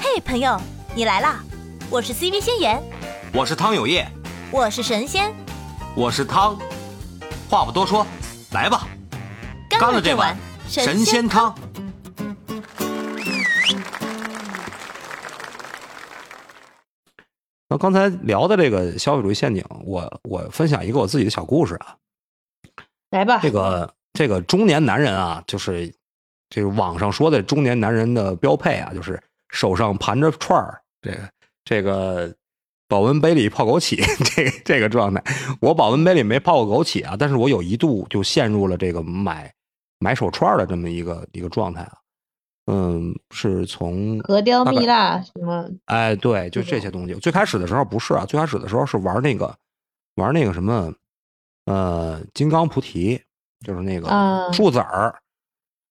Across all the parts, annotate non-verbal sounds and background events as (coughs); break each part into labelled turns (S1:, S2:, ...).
S1: 嘿，朋友，你来啦！我是 CV 仙言，
S2: 我是汤有业，
S1: 我是神仙，
S2: 我是汤。话不多说，来吧，干了这碗神仙汤。
S3: 那刚才聊的这个消费主义陷阱，我我分享一个我自己的小故事啊。
S4: 来吧，
S3: 这个这个中年男人啊，就是这个网上说的中年男人的标配啊，就是手上盘着串儿，这个这个保温杯里泡枸杞， (laughs) 这个这个状态。我保温杯里没泡过枸杞啊，但是我有一度就陷入了这个买买手串的这么一个一个状态啊。嗯，是从
S4: 格雕蜜
S3: 蜡。
S4: 蜡什么？
S3: 哎，对，就
S4: 这
S3: 这些东西。最开始的时候不是啊，最开始的时候是玩那个玩那个什么，呃，金刚菩提，就是那个
S4: 啊
S3: 树籽儿。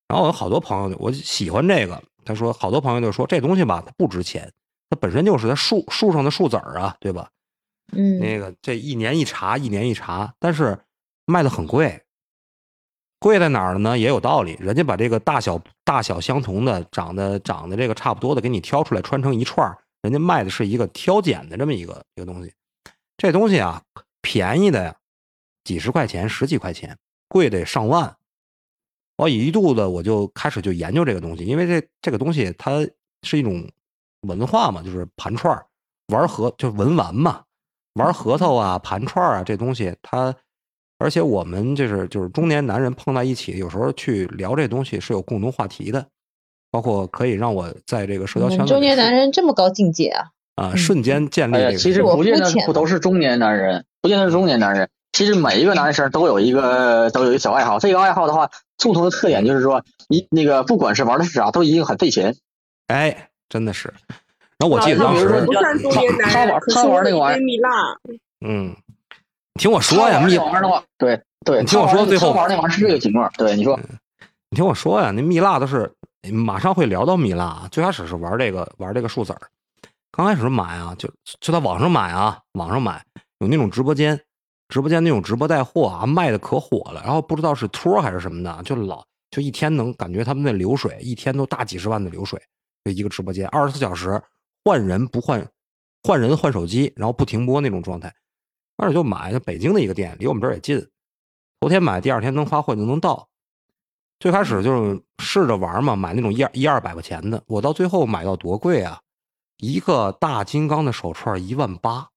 S3: 然后我有好多朋友就，我喜欢这个，他说好多朋友就说这东西吧，它不值钱，它本身就是它树树上的树籽儿啊，对吧？
S4: 嗯，
S3: 那个这一年一查，一年一查，但是卖的很贵。贵在哪儿呢？也有道理，人家把这个大小大小相同的、长得长得这个差不多的给你挑出来，穿成一串儿，人家卖的是一个挑拣的这么一个一个东西。这东西啊，便宜的呀，几十块钱、十几块钱，贵的上万。我一度的我就开始就研究这个东西，因为这这个东西它是一种文化嘛，就是盘串儿玩核就是文玩嘛，玩
S4: 嗯
S3: 核桃啊、盘串儿啊这东西，它而且我们就是就是中年男人碰在一起，有时候去聊这东西是有共同话题的，包括可以让我在这个社交
S4: 你
S3: 圈
S4: 们
S3: 子
S4: 嗯中年
S3: 里
S4: 男人这么高境界啊？
S3: 啊、
S4: 嗯
S3: 瞬间建立
S5: 哎
S3: 这
S5: 呀，
S3: 个
S5: 其实
S3: 社会
S5: 不见得
S4: 浅
S5: 不都是中年男人，不见得是中年男人。其实每一个男生都有一个都有一个小爱好，这个爱好的话，共同的特点就是说，一那个不管是玩的是啥，都一定很费钱。
S3: 哎，真的是。然后我记得当
S5: 啊那比
S3: 时
S5: 如说
S6: 不算中年男
S5: 他
S6: 人
S5: 玩，
S6: 可是
S5: 他玩那个
S6: 我
S5: 玩意儿
S6: 对蜜蜡，
S3: 嗯，你听我说呀，
S5: 他玩
S3: 蜜
S5: 那，玩意儿的话，对对，
S3: 你听我说
S5: 他玩那
S3: 最后
S5: 他玩那玩意儿是这个情况。对，你说
S3: 你听我说呀，那蜜蜡都是哎马上会聊到蜜蜡啊。最开始是玩这个玩这个树籽儿，刚开始买啊，就就在网上买啊，网上买有那种直播间，直播间那种直播带货啊，卖的可火了。然后不知道是托儿还是什么的，就老就一天能感觉他们的流水，一天都大几十万的流水，就一个直播间二十四小时换人不换，换人换手机，然后不停播那种状态。当时就买，就北京的一个店，离我们这儿也近。头天买，第二天能发货就能到。最开始就是试着玩嘛，买那种一二一二百块钱的，我到最后买到多贵啊！一个大金刚的手串一万八，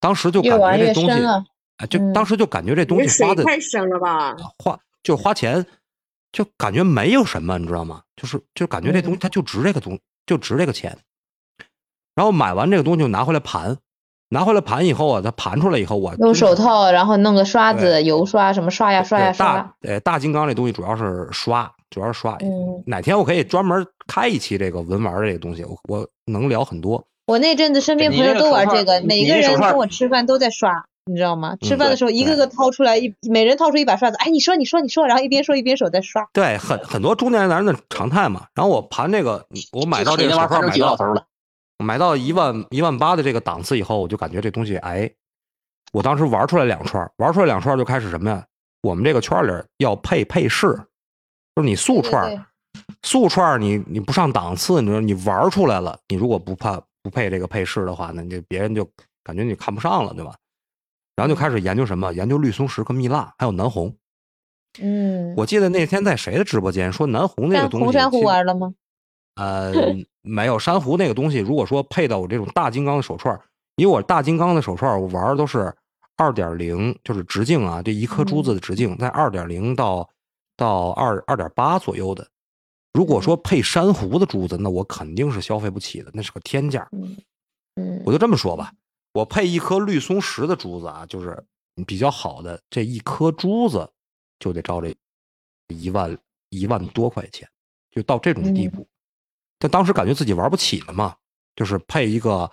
S3: 当时就
S4: 越
S3: 感觉
S4: 玩
S3: 这
S4: 越
S3: 东
S4: 深
S3: 西，
S4: 了
S3: 哎，就
S4: 嗯
S3: 当时就感觉这
S6: 你
S3: 东
S6: 这
S3: 西花
S6: 水
S3: 的
S6: 太深了吧？
S3: 花就花钱，就感觉没有什么，你知道吗？就是就感觉
S4: 嗯
S3: 这东西它就值这个东，就值这个钱。然后买完这个东西就拿回来盘，拿回来盘以后啊，它盘出来以后我
S4: 用
S3: 真
S4: 手
S3: 是
S4: 套，然后弄个刷
S3: 对
S4: 子、油刷什么刷呀刷呀
S3: 对
S4: 刷
S3: 大。呃大金刚这东西主要是刷，主要是刷。
S4: 嗯
S3: 哪天我可以专门开一期这个文玩儿这个东西，我我能聊很多。
S4: 我那阵子身边
S5: 你
S4: 朋友
S5: 那
S4: 都
S5: 手
S4: 玩
S5: 串
S4: 这个，
S5: 你
S4: 每
S5: 你
S4: 个
S5: 那手
S4: 人
S5: 串
S4: 跟我吃饭都在刷，你知道吗？吃
S3: 嗯
S4: 饭
S5: 对
S4: 的时候一个
S3: 对
S4: 个掏出来，一每人掏出一把刷子，哎，你说你说你说，然后一边说一边手在刷。
S3: 对，很很多中年男人的常态嘛。然后我盘这个，我买到这
S5: 你
S3: 个
S5: 那玩
S3: 手串，
S5: 意儿成
S3: 买
S5: 几个老
S3: 到
S5: 头了？
S3: 买到一万一万八的这个档次以后，我就感觉这东西，哎，我当时玩出来两串儿，玩出来两串儿就开始什么呀？我们这个圈儿里儿要配配饰，就是你素
S4: 对
S3: 串儿
S4: 对
S3: 素串儿你你不上档次，你说你玩儿出来了，你如果不怕不配这个配饰的话，那你就别人就感觉你看不上了，对吧？然后就开始研究什么？研究绿松石跟蜜蜡，还有南红。
S4: 嗯，
S3: 我记得那天在谁的直播间说南红那个
S4: 珊
S3: 东西，
S4: 瑚珊瑚
S3: 其实
S4: 玩了吗？
S3: 呃，没有珊瑚那个东西，如果说配到我这种大金刚的手串儿，因为我大金刚的手串儿我玩儿都是二点零，就是直径啊，这一颗珠子的直径在二点零到到二二点八左右的。如果说配珊瑚的珠子，那我肯定是消费不起的，那是个天价。
S4: 嗯
S3: 我，就这么说吧，我配一颗绿松石的珠子啊，就是比较好的这一颗珠子，就得照这一万一万多块钱，就到这种地步。但当时感觉自己玩不起了嘛，就是配一个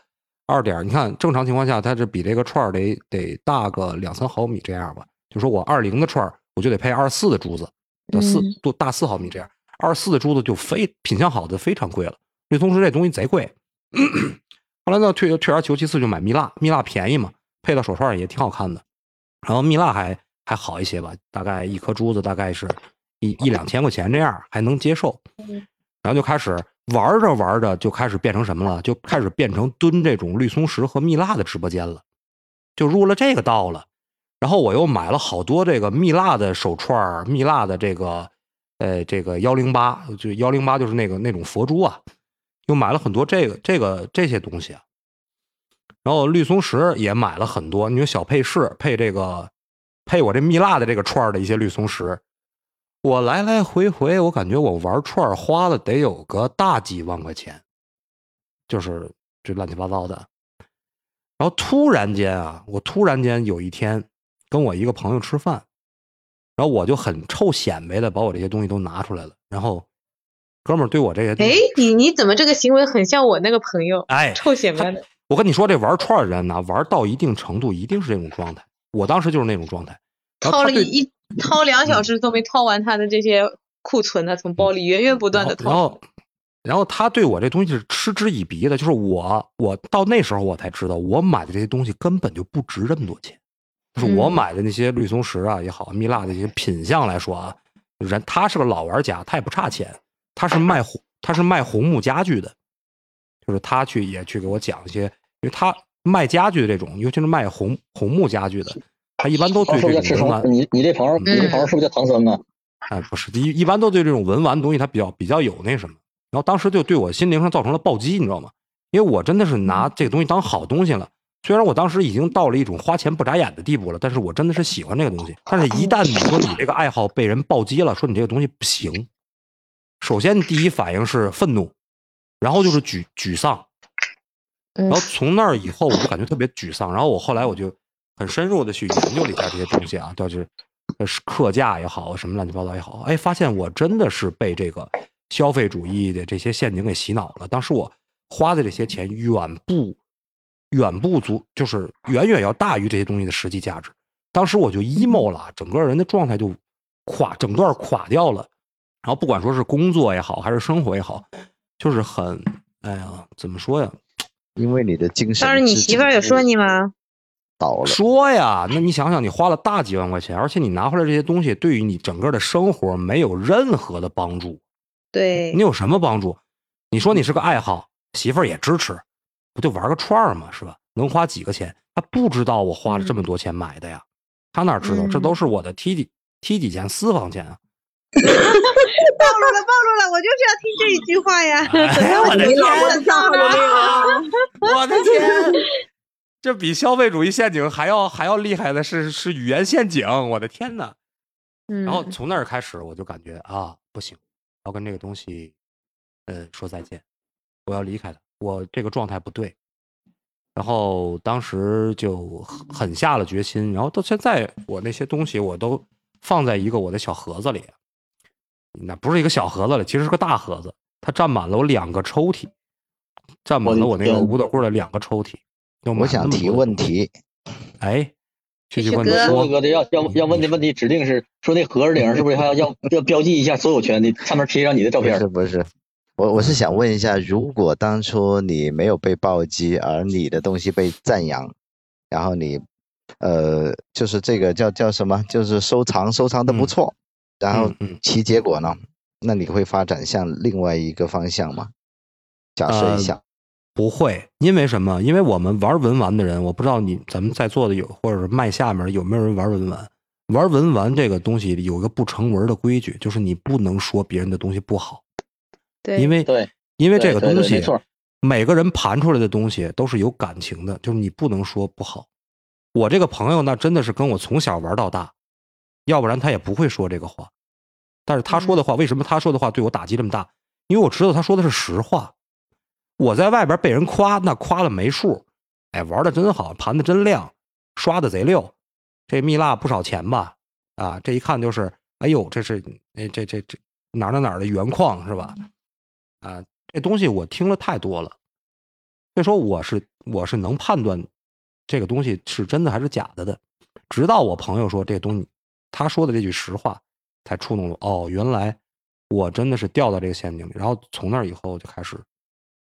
S3: 二点，你看正常情况下，它是比这个串儿得得大个两三毫米这样吧。就说我二零的串儿，我就得配二四的珠子，就四
S4: 嗯
S3: 多大四毫米这样。二四的珠子就非品相好的非常贵了，绿松石这东西贼贵。 (coughs) 后来呢，退退而求其次就买蜜蜡，蜜蜡便宜嘛，配到手串儿也挺好看的。然后蜜蜡还还好一些吧，大概一颗珠子大概是一一两千块钱这样，还能接受。然后就开始玩着玩着就开始变成什么了？就开始变成蹲这种绿松石和蜜蜡的直播间了，就入了这个道了。然后我又买了好多这个蜜蜡的手串儿蜜蜡的这个呃这个幺零八，就幺零八就是那个那种佛珠啊，又买了很多这个这个这些东西啊。然后绿松石也买了很多，你说小配饰配这个配我这蜜蜡的这个串儿的一些绿松石，我来来回回，我感觉我玩串儿花了得有个大几万块钱，就是这乱七八糟的。然后突然间啊，我突然间有一天跟我一个朋友吃饭，然后我就很臭显摆的把我这些东西都拿出来了，然后哥们儿对我这些东
S4: 哎
S3: 西，，
S4: 你你怎么这个行为很像我那个朋友，
S3: 哎，
S4: 臭显摆的，
S3: 我跟你说，这玩串儿的人呐，玩到一定程度，一定是这种状态。我当时就是那种状态，然后他
S4: 掏了一
S3: 对嗯
S4: 一掏两小时都没掏完他的这些库存呢，从包里源源不断的
S3: 然
S4: 掏。
S3: 后，然后他对我这东西是嗤之以鼻的，就是我，我到那时候我才知道，我买的这些东西根本就不值这么多钱。就是我
S4: 嗯
S3: 买的那些绿松石啊也好，蜜蜡的一些品相来说啊，人他是个老玩家，他也不差钱，他是卖红他是卖红木家具的，就是他去也去给我讲一些，因为他卖家具的这种，尤其是卖红红木家具的，他一般都对
S5: 是
S3: 这
S5: 不是
S3: 种啊
S5: 叫赤
S3: 文玩
S5: 松？你你这朋友，你这朋友是不是叫唐僧啊？
S3: 哎，不是，一一般都对这种文玩的东西，他比较比较有那什么。然后当时就对我心灵上造成了暴击，你知道吗？因为我真的是拿这个东西当好东西了。虽然我当时已经到了一种花钱不眨眼的地步了，但是我真的是喜欢这个东西。但是，一旦你说你这个爱好被人暴击了，说你这个东西不行，首先第一反应是愤怒，然后就是沮沮丧，
S4: 嗯
S3: 然后从那儿以后，我就感觉特别沮丧。然后我后来我就很深入的去研究了一下这些东西啊，就是呃是克价也好，什么乱七八糟也好，哎，发现我真的是被这个消费主义的这些陷阱给洗脑了。当时我花的这些钱远不远不足，就是远远要大于这些东西的实际价值。当时我就 emo 了，整个人的状态就垮，整段垮掉了。然后不管说是工作也好，还是生活也好，就是很，哎呀，怎么说呀？
S6: 因为你的精神。
S4: 当时你媳妇儿有说你？吗？
S6: 倒了，
S3: 说呀，那你想想，你花了大几万块钱，而且你拿回来这些东西，对于你整个的生活没有任何的帮助。
S4: 对
S3: 你，有什么帮助？你说你是个爱好，媳妇儿也支持，不就玩个串儿吗？是吧？能花几个钱？他不知道我花了这么多钱买的呀，他哪知道？这都是我的梯底梯底钱、私房 (laughs) 钱啊！
S4: 暴露了，暴露了，我就是要听这一句话呀！
S3: 哎我的
S7: 你
S3: 天啊
S7: 老婆
S3: 哪！
S7: 吓唬我这个，
S3: 我的天，啊这比消费主义陷阱还要还要厉害的是是语言陷阱！我的天哪！
S4: 嗯
S3: 然后从那儿开始，我就感觉啊，不行，要跟这个东西，呃，说再见，我要离开它，我这个状态不对。然后当时就很很下了决心，然后到现在，我那些东西我都放在一个我的小盒子里，那不是一个小盒子了，其实是个大盒子，它占满了我两个抽屉，占满了我那个
S5: 天
S3: 五斗柜的两个抽屉。就
S6: 哦我
S3: 满那
S6: 想
S3: 么
S6: 提
S3: 多
S6: 问，题，
S3: 哎，去
S4: 旭
S3: 去问
S4: 哥
S3: 你
S5: 说
S3: 说嗯
S5: 哥这要要要问的问题指定是说那盒子顶上是不是还要要要标记一下所有权的，上面贴上你的照
S6: 不
S5: 片
S6: 是？不是，我我是想问一下，如果当初你没有被暴击，而你的东西被赞扬，然后你，呃，就是这个叫叫什么，就是收藏收藏的
S3: 嗯
S6: 不错，然后
S3: 嗯嗯
S6: 其结果呢？那你会发展向另外一个方向吗？假设
S3: 呃
S6: 一下，
S3: 不会，因为什么？因为我们玩文玩的人，我不知道你咱们在座的有，或者是麦下面有没有人玩文玩。玩文玩这个东西有一个不成文的规矩，就是你不能说别人的东西不好，
S4: 对
S3: 因为
S5: 对，
S3: 因为这
S5: 对
S3: 个
S5: 对
S3: 东
S5: 对
S3: 西
S5: 没错
S3: 每个人盘出来的东西都是有感情的，就是你不能说不好。我这个朋友那真的是跟我从小玩到大，要不然他也不会说这个话。但是他说的
S5: 嗯
S3: 话，为什么他说的话对我打击这么大？因为我知道他说的是实话。我在外边被人夸，那夸了没数，哎，玩的真好，盘的真亮，刷的贼溜，这蜜蜡不少钱吧？啊，这一看就是，哎呦，这是哎这这这哪儿哪儿哪儿的原矿是吧？啊，这东西我听了太多了，所以说我是我是能判断这个东西是真的还是假的的。直到我朋友说这东西，他说的这句实话，才触动了我。哦，原来我真的是掉到这个陷阱里。然后从那以后就开始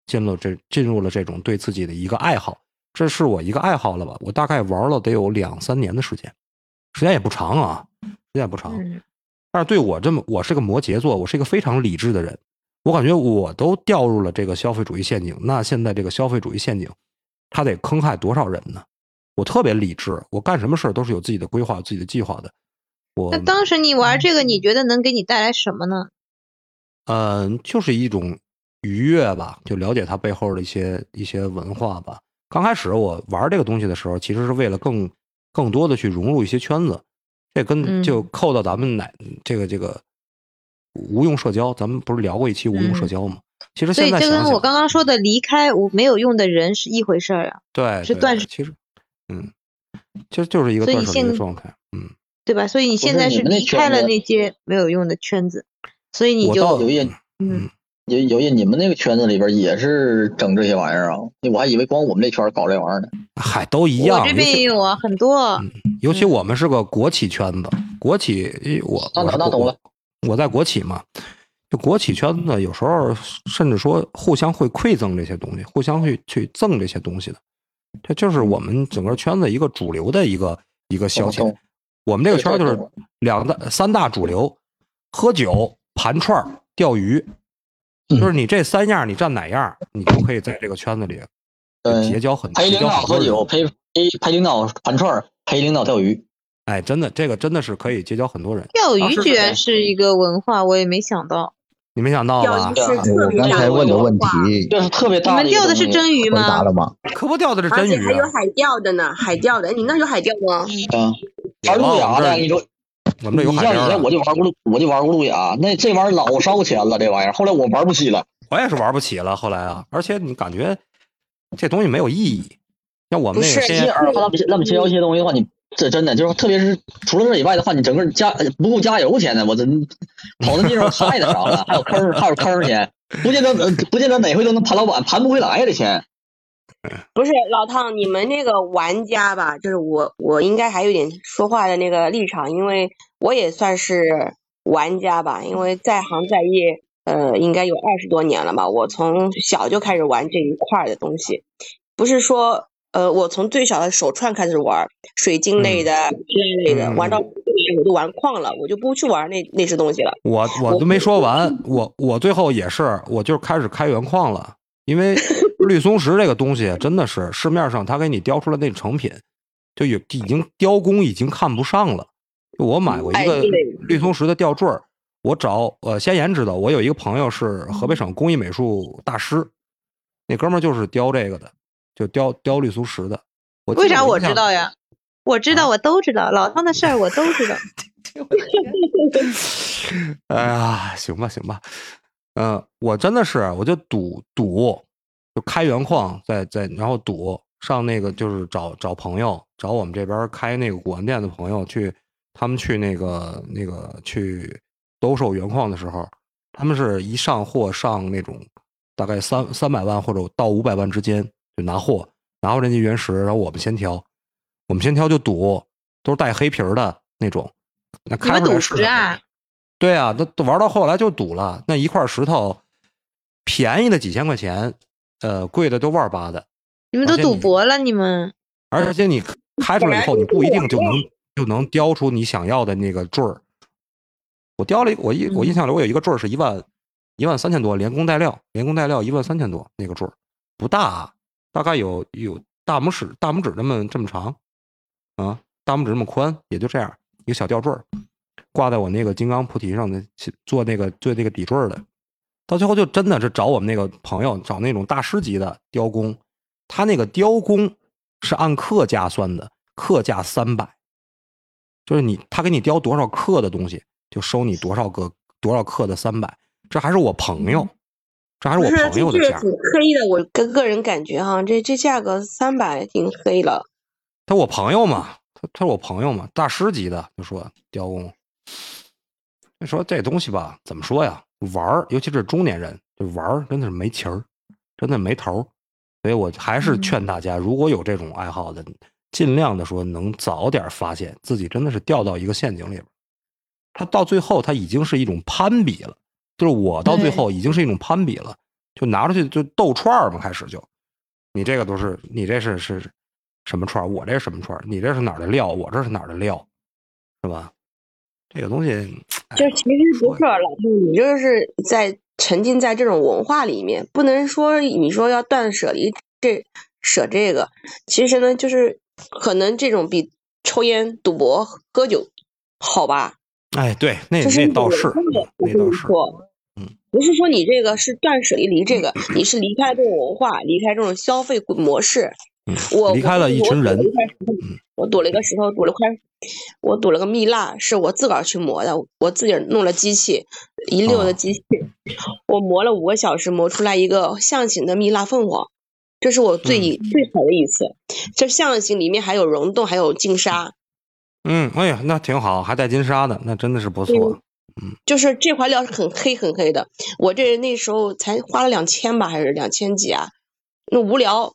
S3: 进入这进入了这种对自己的一个爱好，这是我一个爱好了吧？我大概玩了得有两三年的时间，时间也不长啊，时间也不长。
S4: 嗯
S3: 但是对我这么，我是个摩羯座，我是一个非常理智的人，我感觉我都掉入了这个消费主义陷阱，那现在这个消费主义陷阱，它得坑害多少人呢？我特别理智，我干什么事儿都是有自己的规划、有自己的计划的。我
S4: 那当时你玩这个，你觉得能给你带来什么呢？
S3: 嗯，就是一种愉悦吧，就了解它背后的一些一些文化吧。刚开始我玩这个东西的时候，其实是为了更更多的去融入一些圈子，这跟
S4: 嗯
S3: 就扣到咱们哪、这个这个无用社交，咱们不是聊过一期无用社交吗？其实
S4: 嗯所
S3: 现
S4: 以
S3: 在
S4: 这
S3: 想
S4: 跟
S3: 想，
S4: 我刚刚说的离开我没有用的人是一回事儿啊，
S3: 对
S4: 是
S3: 对
S4: 断
S3: 对
S4: 舍
S3: 其实嗯，其实就是一个
S4: 所以
S3: 断舍离的
S4: 现
S3: 状态，嗯。
S4: 对吧？所以你现在
S5: 你
S4: 是
S5: 们那
S4: 离开
S5: 圈子
S4: 了那些没有用的圈子，所以你
S3: 我
S4: 就
S3: 倒
S5: 刘烨，
S4: 嗯，
S5: 刘刘烨，你们那个圈子里边也是整这些玩意儿啊？我还以为光我们这圈儿搞这玩意儿呢。
S3: 嗨，都一样。嗯
S4: 我这边
S3: 尤其
S4: 也有啊，很多。
S3: 尤
S5: 嗯
S3: 其我们是个国企圈子，国企诶我
S5: 哦那
S3: 我是
S5: 那懂了
S3: 我，我在国企嘛，就国企圈子有时候甚至说互相会馈赠这些东西，互相去去赠这些东西的，这就是我们整个圈子一个主流的一个一个消
S5: 懂
S3: 遣
S5: 懂。
S3: 我们这个圈儿就
S5: 这
S3: 是
S5: 个懂
S3: 两大三大主流：喝酒、盘串儿、钓鱼。
S5: 嗯
S3: 就是你这三样儿，你占哪样儿，你就可以在这个圈子里结
S5: 嗯，
S3: 交很
S5: 陪
S3: 结
S5: 领
S3: 交
S5: 导
S3: 很
S5: 喝
S3: 多人
S5: 酒，。陪陪陪领导盘串儿，陪领导钓鱼。
S3: 哎，真的，这个真的是可以结交很多人。
S4: 钓
S5: 啊
S4: 鱼
S5: 是
S4: 居
S5: 的
S4: 然是一个文化，我也没想到。
S3: 你没想到吧？
S5: 对
S8: 呃
S5: 啊
S6: 呃我刚才问的问题
S5: 这是特别
S4: 你
S5: 大
S4: 们
S5: 的一
S4: 钓
S5: 个
S4: 的
S5: 东西。
S4: 是真鱼
S6: 回答
S4: 吗？
S6: 了吗？
S3: 可不钓的是
S7: 而
S3: 真
S7: 且还
S3: 鱼
S7: 有
S3: 啊！
S7: 海钓的呢，海钓的，哎你那有海钓吗？
S5: 嗯，玩路
S3: 我们
S5: 亚
S3: 这
S5: 的，
S3: 儿
S5: 你说
S3: 我们这有
S5: 你
S3: 海
S5: 像
S3: 边
S5: 以前
S3: 儿
S5: 我
S3: 啊，
S5: 就玩过路，我就玩过路亚，那这玩意儿老烧钱了，这玩意儿。后来我玩不起了，
S3: 我也是玩不起了。后来啊，而且你感觉这东西没有意义。像我们
S7: 不
S3: 那
S7: 是
S3: 个
S5: 因为
S3: 先，
S5: 耳那么那么协调一些东西的话，你这真的就是，特别是除了这以外的话，你整个加呃不够加油钱的，我真跑的地方太那啥了，还有坑儿，还有坑儿钱，不见得呃不见得哪回都能盘老板，盘不回来呀这钱。
S7: 不是老汤，你们那个玩家吧，就是我，我应该还有点说话的那个立场，因为我也算是玩家吧，因为在行在业，呃，应该有二十多年了吧。我从小就开始玩这一块儿的东西，不是说，呃，我从最小的手串开始玩儿水晶类的之类的，
S3: 嗯哦
S7: 玩到我都玩矿了，我就不去玩那那些东西了。
S3: 我我都没说完，我我最后也是，我就开始开原矿了。因为绿松石这个东西真的是市面上它给你雕出来那成品，就有已经雕工已经看不上了。就我买过一
S7: 哎
S3: 个
S7: 对
S3: 绿松石的吊坠儿，我找呃先言知道，我有一个朋友是河北省工艺美术大师，那哥们儿就是雕这个的，就雕雕绿松石的。我记
S4: 为
S3: 得
S4: 啥我
S3: 印象啊
S4: 知道呀？我知道，我都知道，老汤的事儿我都
S3: (laughs)
S4: 知道。
S3: 哎呀，行吧，行吧，嗯、我真的是，我就赌赌，就开原矿，在在，然后赌上那个，就是找找朋友，找我们这边儿开那个古玩店的朋友去，他们去那个那个去兜售原矿的时候，他们是一上货上那种大概三三百万或者到五百万之间就拿货，拿回人家原石，然后我们先挑，我们先挑就赌，都是带黑皮儿的那种，那
S4: 你
S3: 开
S4: 们
S3: 出来
S4: 赌
S3: 是
S4: 石啊？
S3: 对啊，那都玩到后来就赌了，那一块石头便宜的几千块钱，呃，贵的都万儿八的，
S4: 你们都赌博了？你们
S3: 而且你开出来以后，你不一定就能就能雕出你想要的那个坠儿。我雕了一，我印我印象里我有一个坠儿是一万一万三千多，连工带料，连工带料一万三千多那个坠儿，不大啊，大概有有大拇指大拇指那么这么长，啊，大拇指那么宽，也就这样一个小吊坠儿，挂在我那个金刚菩提上的做那个做那个底坠儿的，到最后就真的是找我们那个朋友找那种大师级的雕工，他那个雕工是按克价算的，克价三百，就是你他给你雕多少克的东西，就收你多少个多少克的三百，这还是我朋友，这还是
S7: 嗯不
S3: 我
S7: 是，
S3: 朋友
S7: 这
S3: 的
S7: 这
S3: 价。
S7: 挺黑的，我个个人感觉哈，这这价格三百挺黑了。
S3: 他我朋友嘛，他他是我朋友嘛，大师级的，就说雕工，就说这东西吧，怎么说呀？玩儿，尤其是中年人，就玩儿真的是没情儿，真的没头儿。所以我还
S7: 嗯
S3: 是劝大家，如果有这种爱好的，尽量的说能早点发现自己真的是掉到一个陷阱里边儿。他到最后，他已经是一种攀比了，就是我到最
S4: 对
S3: 后已经是一种攀比了，就拿出去就斗串儿嘛，开始就，你这个都是你这是是是什么串儿？我这是什么串儿？你这是哪儿的料？我这是哪儿的料？是吧？这个东西，哎
S7: 就其实
S3: 说
S7: 不是老师，你就是在沉浸在这种文化里面，不能说你说要断舍离这舍这个，其实呢，就是可能这种比抽烟、赌博、喝酒好吧，
S3: 哎，对，那
S7: 就是
S3: 那
S7: 你
S3: 倒
S7: 有
S3: 是嗯
S7: 空的，我
S3: 那
S7: 跟
S3: 倒
S7: 你
S3: 是，
S7: 说，
S3: 嗯
S7: 不是说你这个是断舍离离这个，你是离开这种文化，离开这种消费模式。
S3: 嗯
S7: 我
S3: 离
S7: 我
S3: 开了一
S7: 我
S3: 群
S7: 躲
S3: 人嗯
S7: 一块石头我躲了一个石头，躲了块，我躲了个蜜蜡，是我自个儿去磨的，我自己弄了机器，一溜
S3: 哦
S7: 的机器，我磨了五个小时，磨出来一个象形的蜜蜡凤凰，这是我最、
S3: 嗯
S7: 最好的一次。这象形里面还有溶洞，还有金沙，
S3: 嗯，哎呀，那挺好，还带金沙的，那真的是不错。
S7: 就是这块料是很黑很黑的。我这人那时候才花了两千吧，还是两千几啊？那无聊，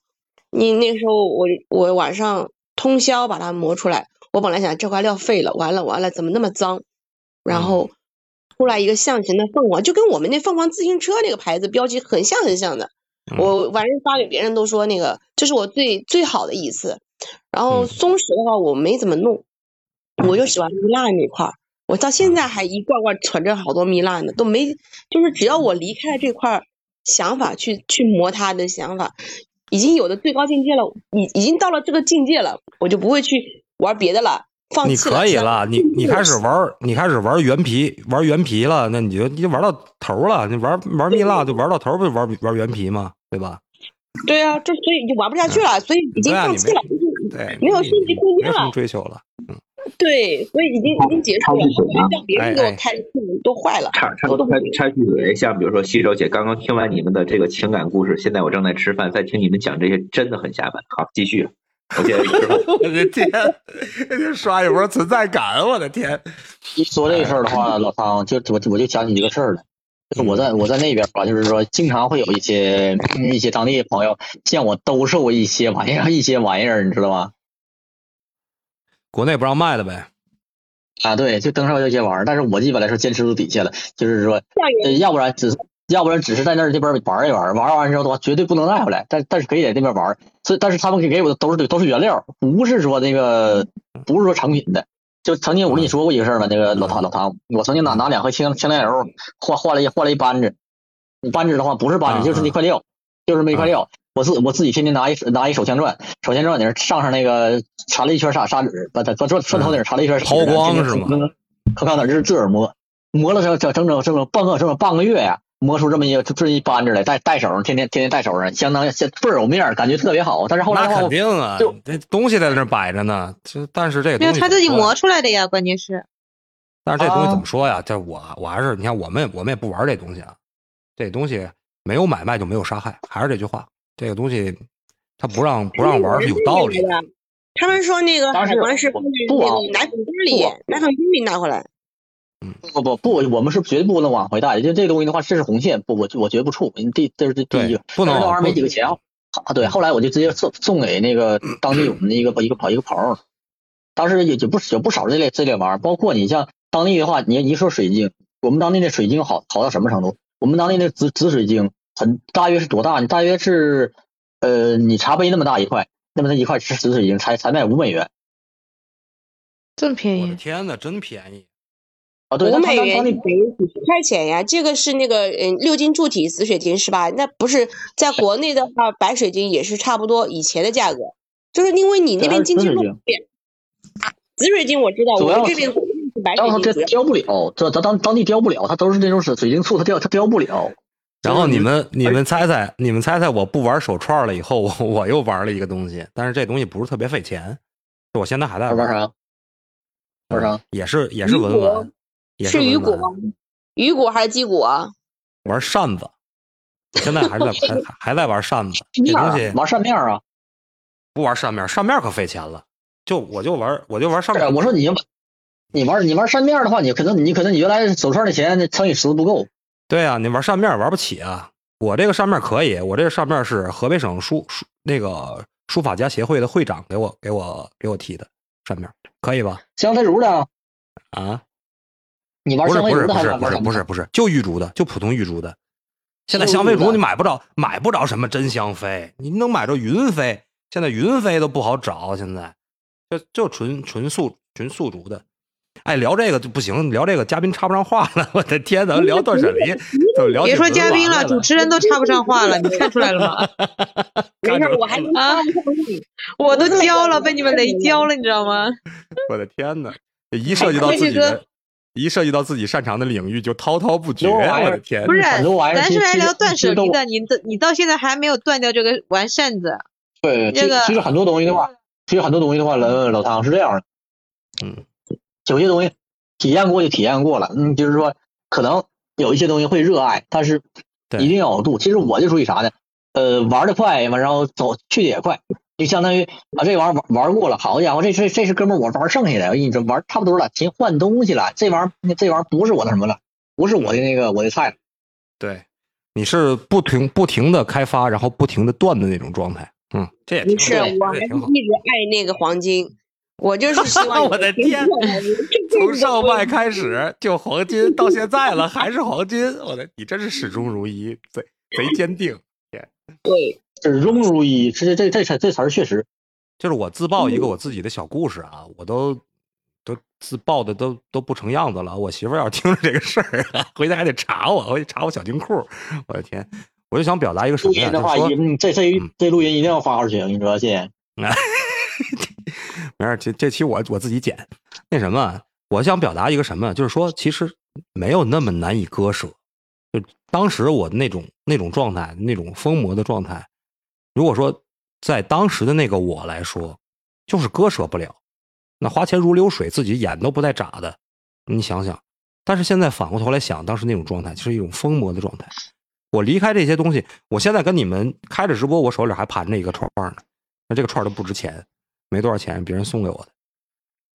S7: 你那时候我我晚上通宵把它磨出来。我本来想这块料废了，完了完了，怎么那么脏？
S3: 嗯
S7: 然后出来一个象形的凤凰，就跟我们那凤凰自行车那个牌子标记很像很像的。
S3: 嗯
S7: 我晚上发给别人都说那个这是我最最好的一次。然后
S3: 嗯
S7: 松石的话我没怎么弄，我就喜欢蜜蜡那块儿。我到
S3: 嗯
S7: 现在还一罐罐存着好多蜜蜡呢，都没，就是只要
S3: 嗯
S7: 我离开了这块儿想法去去磨它的想法，已经有的最高境界了，已已经到了这个境界了，我就不会去玩别的了，放
S3: 你
S7: 弃了。
S3: 可以
S7: 想
S3: 了，你你开始玩儿，你开始玩儿原皮，玩儿原皮了，那你就你就玩到头儿了，你玩玩蜜蜡就玩到头儿，不就玩玩原皮吗？对吧？
S7: 对啊，这所以就玩不下去了，所以已经
S3: 对啊
S7: 放
S3: 你
S7: 弃
S3: 没
S7: 了，就是
S3: 对，
S7: 没有
S3: 你
S7: 升级空
S3: 没有
S7: 间
S3: 什么
S7: 了
S3: 追求了。
S7: 对，所以已经已经结束了，
S8: 他自己啊
S7: 让别人给我
S3: 哎哎
S7: 开的都坏了，
S8: 插插
S7: 我都不
S8: 插插句嘴，像比如说西周姐刚刚听完你们的这个情感故事，现在我正在吃饭，再听你们讲这些真的很下饭。好，继续，我接着之后
S7: (laughs)
S2: 我的天，这刷一波存在感，我的天！
S5: 一说这个事儿的话，老汤就我我就想起一个事儿来，就是我在我在那边吧，就是说经常会有一些一些当地朋友见我兜售一些玩意儿，一些玩意儿，你知道吗？
S3: 国内不让卖的呗。
S5: 啊，对，就兜售一些玩意儿，但是我基本来说坚持到底下了，就是说
S7: 下一个
S5: 呃，要不然只是要不然只是在那儿这边玩一玩，玩完之后的话绝对不能带回来，但但是可以在那边玩，所以但是他们给给我的都是都是原料，不是说那个不是说成品的。就曾经我跟你说过一个事儿嘛，那个老唐老唐，我曾经拿拿两盒清清凉油换换了一换了一扳指，扳指的话不是扳
S3: 啊
S5: 指就是那块料，就是那块料。我自我自己天天拿一拿一手枪钻，手枪钻顶上上那个缠了一圈砂砂纸，把它钻钻钻头顶缠了一圈砂纸，
S3: 抛光
S5: 天天
S3: 是吗
S5: 吭吭可看到这是自个儿磨，磨了整整整整整整半个整整半个月呀、磨出这么一个这么一扳指来，戴戴手上，天天天天戴手上，相当相倍儿有面儿，感觉特别好。但是后来
S3: 那
S5: 的话，
S3: 肯
S5: 我
S3: 定啊
S5: 就，
S3: 这东西在那儿摆着呢。就但是这个
S4: 没有
S3: 东西
S4: 他自己
S3: 怎么说呀
S4: 磨出来的呀，关键是
S3: 但是这东西
S5: 啊
S3: 怎么说呀？这我我还是你看，我们我们也不玩这东西啊。这东西没有买卖就没有杀害，还是这句话，这个东西它不让不让玩是有道理的。
S7: 他们说那个
S5: 当
S7: 海
S5: 时
S7: 关是
S5: 我
S7: 放在
S5: 不
S7: 那
S5: 往
S7: 个奶粉箱里
S5: 不往，
S7: 奶粉箱里拿回来。
S5: 不不不，我们是绝不能往回带，就这东西的话，这是红线，不我我绝不触。第这是第一
S3: 对
S5: 个，，
S3: 不能
S5: 但是那玩意儿
S3: 往
S5: 没几个钱啊。啊对，后来我就直接送送给那个
S3: 嗯
S5: 当地我们的一个一个朋一个朋友，当时也也不有不少这类这类玩意儿，包括你像当地的话，你你说水晶，我们当地的水晶好好到什么程度？我们当地的紫紫水晶很大约是多大？你大约是呃你茶杯那么大一块，那么它一块是紫水晶才才卖五美元
S4: 这么便
S3: 我的
S4: 宜，
S3: 天呐，真便宜！
S5: 啊。对，
S7: 五
S5: 那
S7: 美
S5: 当当
S7: 元
S5: 当
S7: 等
S5: 地
S7: 于几十块钱呀，这个是那个嗯六金铸体紫水晶是吧？那不是在国内的话，白水晶也是差不多以前的价格，就是因为你
S5: 对还
S7: 那边
S5: 是
S7: 经济
S5: 紫水
S7: 路
S5: 晶
S7: 不便。紫水晶我知道，
S5: 主
S7: 我
S5: 要
S7: 们这
S5: 是
S7: 边白
S5: 然后这
S7: 水晶主要
S5: 雕不了，这咱当当地雕不了，它都是那种水水晶簇，它雕它雕不了。
S3: 然后你们你们猜猜，你们猜猜，我不玩手串了以后，我我又玩了一个东西，但是这东西不是特别费钱，我现在还在
S5: 玩啥？玩啥？
S3: 也是也是文
S7: 雨果
S3: 玩，也
S7: 是雨
S3: 文
S7: 果
S3: 玩。
S7: 吗？雨果还是鸡果啊？
S3: 玩扇子，我现在还在还还还在玩扇子，这东西
S5: 玩扇面啊！
S3: 不玩扇面，扇面可费钱了。就我就玩我就玩扇
S5: 是啊，
S3: 面，
S5: 我说你你玩你玩扇面的话，你可能你可能你原来手串的钱乘以十不够。
S3: 对啊，你玩扇面玩不起啊。我这个扇面可以，我这个扇面是河北省书书那个书法家协会的会长给我给我给我提的扇面，可以吧？
S5: 香菜竹的，
S3: 啊，
S5: 你玩
S3: 不是
S5: 香菜
S3: 不
S5: 竹
S3: 是
S5: 的
S3: 不
S5: 还
S3: 是
S5: 玩
S3: 不是
S5: 玩
S3: 不是不是，就玉竹的，就普通玉竹的。现在
S5: 就
S3: 香妃
S5: 玉竹
S3: 竹
S5: 的
S3: 你买不着，买不着什么真香妃，你能买着云妃。现在云妃都不好找，现在就就纯纯素纯素竹的。哎，聊这个就不行，聊这个嘉宾插不上话了。我的天，咱们聊断舍离，就聊
S4: 别
S3: 起
S4: 说
S3: 文
S4: 嘉
S3: 玩
S4: 宾
S3: 来
S4: 了，
S3: 了，
S4: 主持人都插不上话了，你看出来了吗？
S7: 没
S3: (laughs)
S7: 事
S3: 看
S7: 儿，
S3: 着
S7: 我还能
S4: 啊
S7: 帮你。
S4: 我都焦了，被你们雷焦了，你知道吗？
S3: 我的天哪！一涉及到
S4: 哎
S3: 自己
S4: 科技
S3: 的，一涉及到自己擅长的领域就滔滔不绝。
S5: 有玩意
S3: 我
S5: 儿
S3: 的天
S4: 不，是，
S5: 很多玩
S9: 哎
S5: 意儿
S4: 咱
S5: 其
S4: 是
S5: 实
S4: 来聊断舍离
S5: 其
S4: 的，
S5: 实
S4: 你这你到现在还没有断掉这个玩扇子，
S5: 对，
S4: 这
S5: 其
S4: 个
S5: 其实很多东西的话，其实很多东西的话，老老汤是这样的，
S3: 嗯，
S5: 有些东西体验过就体验过了，嗯，就是说可能有一些东西会热爱，但是
S3: 对
S5: 一定要有度。其实我就属于啥呢？呃，玩的快，完然后走去的也快，就相当于啊这玩意儿玩玩过了，好家伙，这这这是哥们儿我玩剩下的，我跟你说玩差不多了，先换东西了，这玩意儿这玩意儿不是我的什么了，不是我的那个我的菜了。
S3: 对，你是不停不停的开发，然后不停的断的那种状态。嗯，这也挺
S7: 不
S3: 好
S7: 是，
S3: 这也
S7: 我还是
S3: 挺好。
S7: 一直爱那个黄金，我 (laughs) 就是希望
S3: 我的
S7: 有一
S3: 天
S7: 天过来我这辈 (laughs)
S3: 从
S7: 子
S3: 上
S7: 我
S3: 麦开始就黄金，到现在了还是黄金，我的，你真是始终如一，贼贼坚定。
S7: 对，
S5: 始终如一，这这这这这词儿确实，
S3: 就是我自曝一
S7: 嗯
S3: 个我自己的小故事啊，我都都自曝的都都不成样子了。我媳妇儿要是听着这个事儿啊，回家还得查我，回去查我小金库。我的天，我就想表达一个什
S5: 录
S3: 么呀？
S5: 音
S3: 就
S5: 的
S3: 是
S5: 话，
S3: 说
S5: 一，嗯这这
S3: 嗯
S5: 这录音一定要发出去，我跟你说，谢谢。
S3: 没事，这这期我我自己剪。那什么，我想表达一个什么，就是说，其实没有那么难以割舍。就当时我那种那种状态，那种疯魔的状态，如果说在当时的那个我来说，就是割舍不了。那花钱如流水，自己眼都不带眨的，你想想。但是现在反过头来想，当时那种状态就是一种疯魔的状态。我离开这些东西，我现在跟你们开着直播，我手里还盘着一个串儿呢，那这个串儿都不值钱。没多少钱，别人送给我的。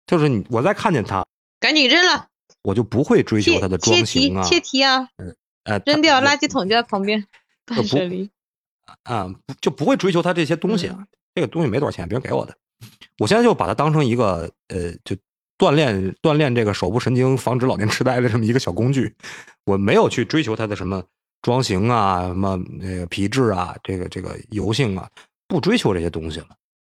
S3: 就是你，我再看见它，
S4: 赶紧扔了，
S3: 我就不会追求
S4: 切
S3: 它的
S4: 切
S3: 装
S4: 题
S3: 型啊，
S4: 切题啊，
S3: 呃，
S4: 扔掉，
S3: 它
S4: 垃圾桶就在
S3: (laughs)
S4: 旁边。断舍离，
S3: 啊，不就不会追求它这些东西啊。这个东西没多少钱，别人给我的。我现在就把它当成一个呃，就锻炼锻炼这个手部神经，防止老年痴呆的这么一个小工具。我没有去追求它的什么装型啊，什么呃皮质啊，这个这个油性啊，不追求这些东西了。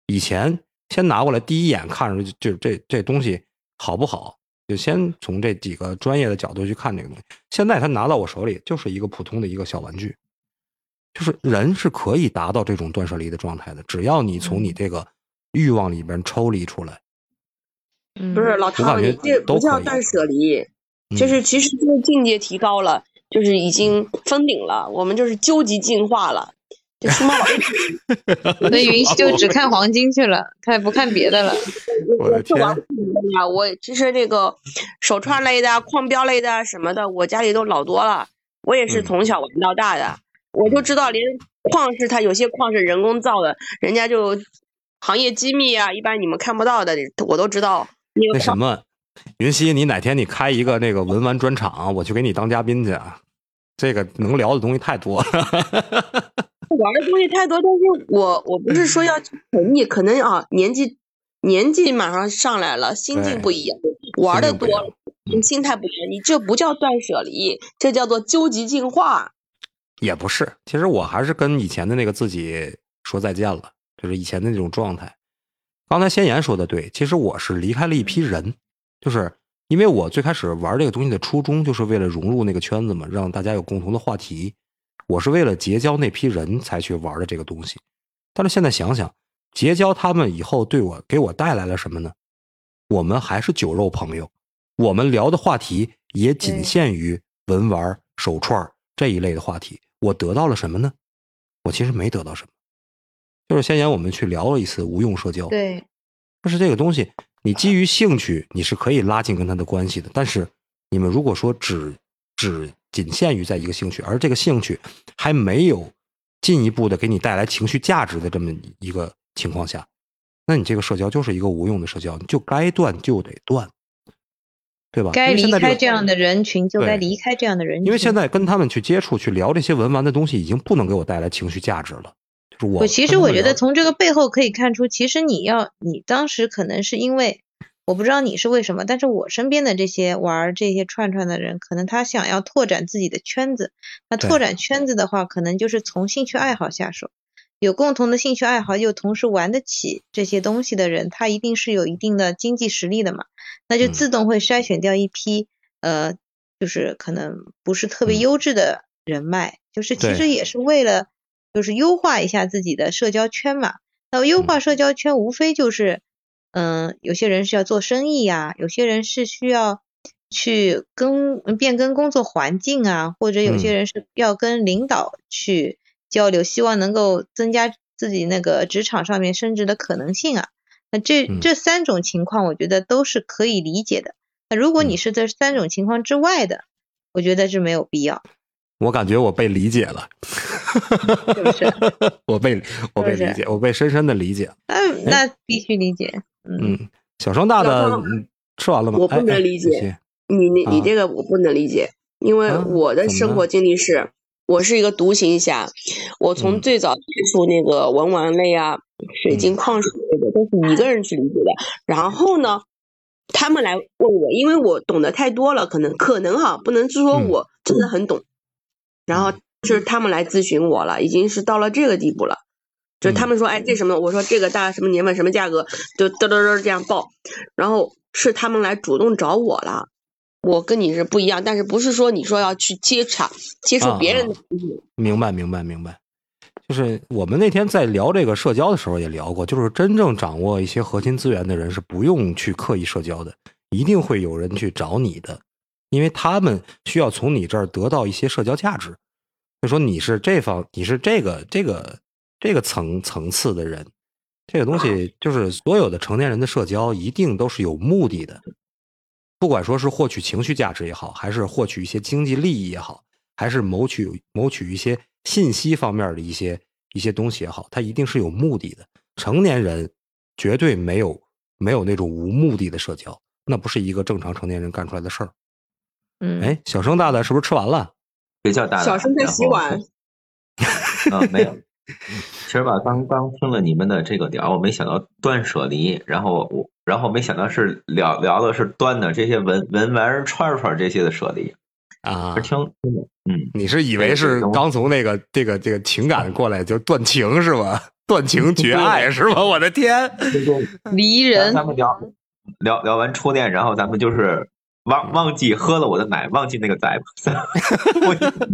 S3: 以前先拿过来，第一眼看着就就这这东西好不好，就先从这几个专业的角度去看这个东西。现在它拿到我手里就是一个普通的一个小玩具，就是人是可以达到这种断舍离的状态的，只要你从你这个欲望里边抽离出来。
S4: 嗯
S7: 不是老汤，
S3: 感觉
S7: 你这
S3: 都
S7: 不叫
S3: 可以
S7: 断舍离，
S3: 嗯
S7: 就是其实就是境界提高了，就是已经封顶了，我们就是究极进化了。就出
S3: (laughs)
S7: 猫老师
S4: 所以云溪就只看黄金去了，看不看别的了。
S3: 我的
S7: 是
S3: 天
S7: 玩不明白的，我其实这个手串类
S3: 嗯
S7: 的、啊矿标类的什么的，我家里都老多了。我也是
S3: 嗯
S7: 从小玩到大的，我就知道连矿是它有些矿是人工造的，人家就行业机密啊，一般你们看不到的，我都知道。那
S3: 那
S7: 个
S3: 什么，云溪，你哪天你开一个那个文玩专场，我去给你当嘉宾去啊！这个能聊的东西太多了。 (laughs)
S7: 玩的东西太多，但是我我不是说要去沉溺，可能啊年纪年纪马上上来了，心境不一样，玩的
S3: 心境不
S7: 多
S3: 一样
S7: 了
S3: 嗯，
S7: 心态不一样，你这不叫断舍离，这叫做究极进化。
S3: 也不是，其实我还是跟以前的那个自己说再见了，就是以前的那种状态。刚才先言说的对，其实我是离开了一批人，就是因为我最开始玩这个东西的初衷，就是为了融入那个圈子嘛，让大家有共同的话题。我是为了结交那批人才去玩的这个东西。但是现在想想，结交他们以后对我给我带来了什么呢？我们还是酒肉朋友，我们聊的话题也仅限于文玩儿、手串儿这一类的话题。我得到了什么呢？我其实没得到什么。就是先前我们去聊了一次无用社交，
S4: 对，
S3: 就是这个东西，你基于兴趣，你是可以拉近跟他的关系的。但是你们如果说只只仅限于在一个兴趣，而这个兴趣还没有进一步的给你带来情绪价值的这么一个情况下，那你这个社交就是一个无用的社交，你就该断就得断，对吧？
S4: 该
S3: 因为现
S4: 离
S3: 在
S4: 开
S3: 个
S4: 这样的人群就
S3: 对
S4: 该离开这样的人群。
S3: 因为现在跟他们去接触、去聊这些文玩的东西，已经不能给我带来情绪价值了。就是我，
S4: 我其实我觉得从这个背后可以看出，其实你要你当时可能是因为我不知道你是为什么，但是我身边的这些玩儿这些串串的人，可能他想要拓展自己的圈子，那
S3: 对
S4: 拓展圈子的话，可能就是从兴趣爱好下手。有共同的兴趣爱好又同时玩得起这些东西的人，他一定是有一定的经济实力的嘛，那就
S3: 嗯
S4: 自动会筛选掉一批、呃，就是可能不是特别
S3: 嗯
S4: 优质的人脉，就是其
S3: 对
S4: 实也是为了就是优化一下自己的社交圈嘛。那
S3: 嗯
S4: 优化社交圈无非就是，嗯、有些人是要做生意呀、有些人是需要去跟变更工作环境啊，或者有些
S3: 嗯
S4: 人是要跟领导去交流，希望能够增加自己那个职场上面升职的可能性啊。那这
S3: 嗯
S4: 这三种情况，我觉得都是可以理解的。那如果你
S3: 嗯
S4: 是这三种情况之外的，我觉得是没有必要，
S3: 我感觉我被理解了，
S4: 是
S3: (laughs)
S4: 不是？
S3: 我被我被理
S4: 是
S3: 解，我被深深的理解。
S4: 那嗯那必须理解，嗯，
S3: 嗯，小声大的
S7: 小声
S3: 嗯吃完了吗？
S7: 我不
S3: 哎哎
S7: 能理解
S3: 继续
S7: 你你
S3: 啊
S7: 你这个我不能理解，因为
S3: 啊
S7: 我的
S3: 怎么
S7: 生
S3: 了
S7: 活经历是，我是一个独行侠，
S3: 嗯
S7: 我
S3: 嗯
S7: 从最早接触那个文玩类啊、水晶矿石类的，都是一个人去理解的。然后呢，他们来问我，因为我懂得太多了，可能可能哈，不能说
S3: 嗯
S7: 我真的很懂。然后就是他们来咨询我了，已经是到了这个地步了。就是他
S3: 嗯
S7: 们说，哎，这什么？我说这个大什么年份什么价格，就嘚嘚嘚这样报。然后是他们来主动找我了。我跟你是不一样，但是不是说你说要去接触接触
S3: 啊
S7: 别人
S3: 啊
S7: 的东西
S3: 明白，明白，明白。就是我们那天在聊这个社交的时候也聊过，就是真正掌握一些核心资源的人是不用去刻意社交的，一定会有人去找你的，因为他们需要从你这儿得到一些社交价值。就说你是这方，你是这个这个这个层层次的人，这个东西
S7: 啊
S3: 就是所有的成年人的社交一定都是有目的的，不管说是获取情绪价值也好，还是获取一些经济利益也好，还是谋取谋取一些信息方面的一些一些东西也好，它一定是有目的的。成年人绝对没有没有那种无目的的社交，那不是一个正常成年人干出来的事儿。
S4: 嗯，
S3: 哎，小生大大是不是吃完了？
S8: 别叫大大，
S7: 小声在
S8: 然
S7: 洗
S8: 后
S7: 碗。
S8: 嗯，没有。其实吧，刚刚听了你们的这个聊，我没想到断舍离，然后我，然后没想到是聊聊的是端的这些文文玩串串这些的舍离，
S3: 啊
S8: 是，听听的，嗯，
S3: 你是以为是刚从那个这个这个情感过来就断情是吧？断情绝爱是吧？我的天，
S8: 这个
S9: 嗯
S4: 离
S8: 咱
S4: 人
S8: 咱们聊聊聊完初恋，然后咱们就是忘忘记喝了我的奶，忘记那个仔吧， (laughs)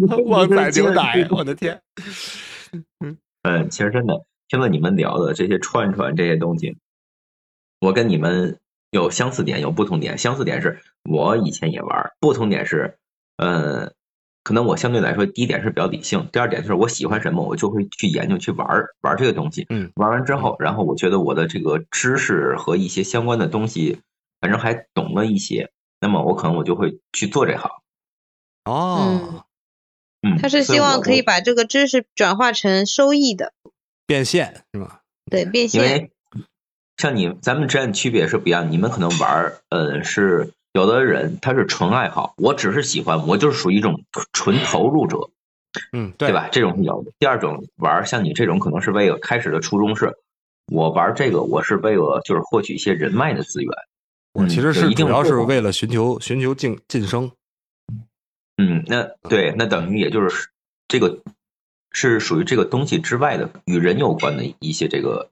S8: 我
S3: 旺仔牛奶，我的天，
S8: 嗯，其实真的听了你们聊的这些串串这些东西，我跟你们有相似点，有不同点。相似点是我以前也玩儿，不同点是，呃，可能我相对来说，第一点是比较理性，第二点就是我喜欢什么，我就会去研究去玩儿玩儿这个东西。
S3: 嗯，
S8: 玩完之后，然后我觉得我的这个知识和一些相关的东西，反正还懂了一些，那么我可能我就会去做这行。
S3: 哦，
S8: 嗯，
S4: 他是
S8: 所以
S4: 希
S8: 我
S4: 望可以把这个知识转化成收益的，
S3: 变现是吧？
S4: 对，变
S8: 因
S4: 现，
S8: 为像你咱们之间的区别是不一样，你们可能玩儿，呃，是有的人他是纯爱好，我只是喜欢，我就是属于一种纯投入者，
S3: 嗯，
S8: 对
S3: 对？
S8: 吧？这种是有的。第二种玩儿，像你这种可能是为了开始的初衷是，我玩儿这个我是为了就是获取一些人脉的资源，
S3: 我其实
S8: 嗯有
S3: 是
S8: 一定
S3: 主要
S8: 的
S3: 是
S8: 过程
S3: 为了寻求寻求晋晋升，
S8: 嗯，那对，那等于也就是这个是属于这个东西之外的与人有关的一些这个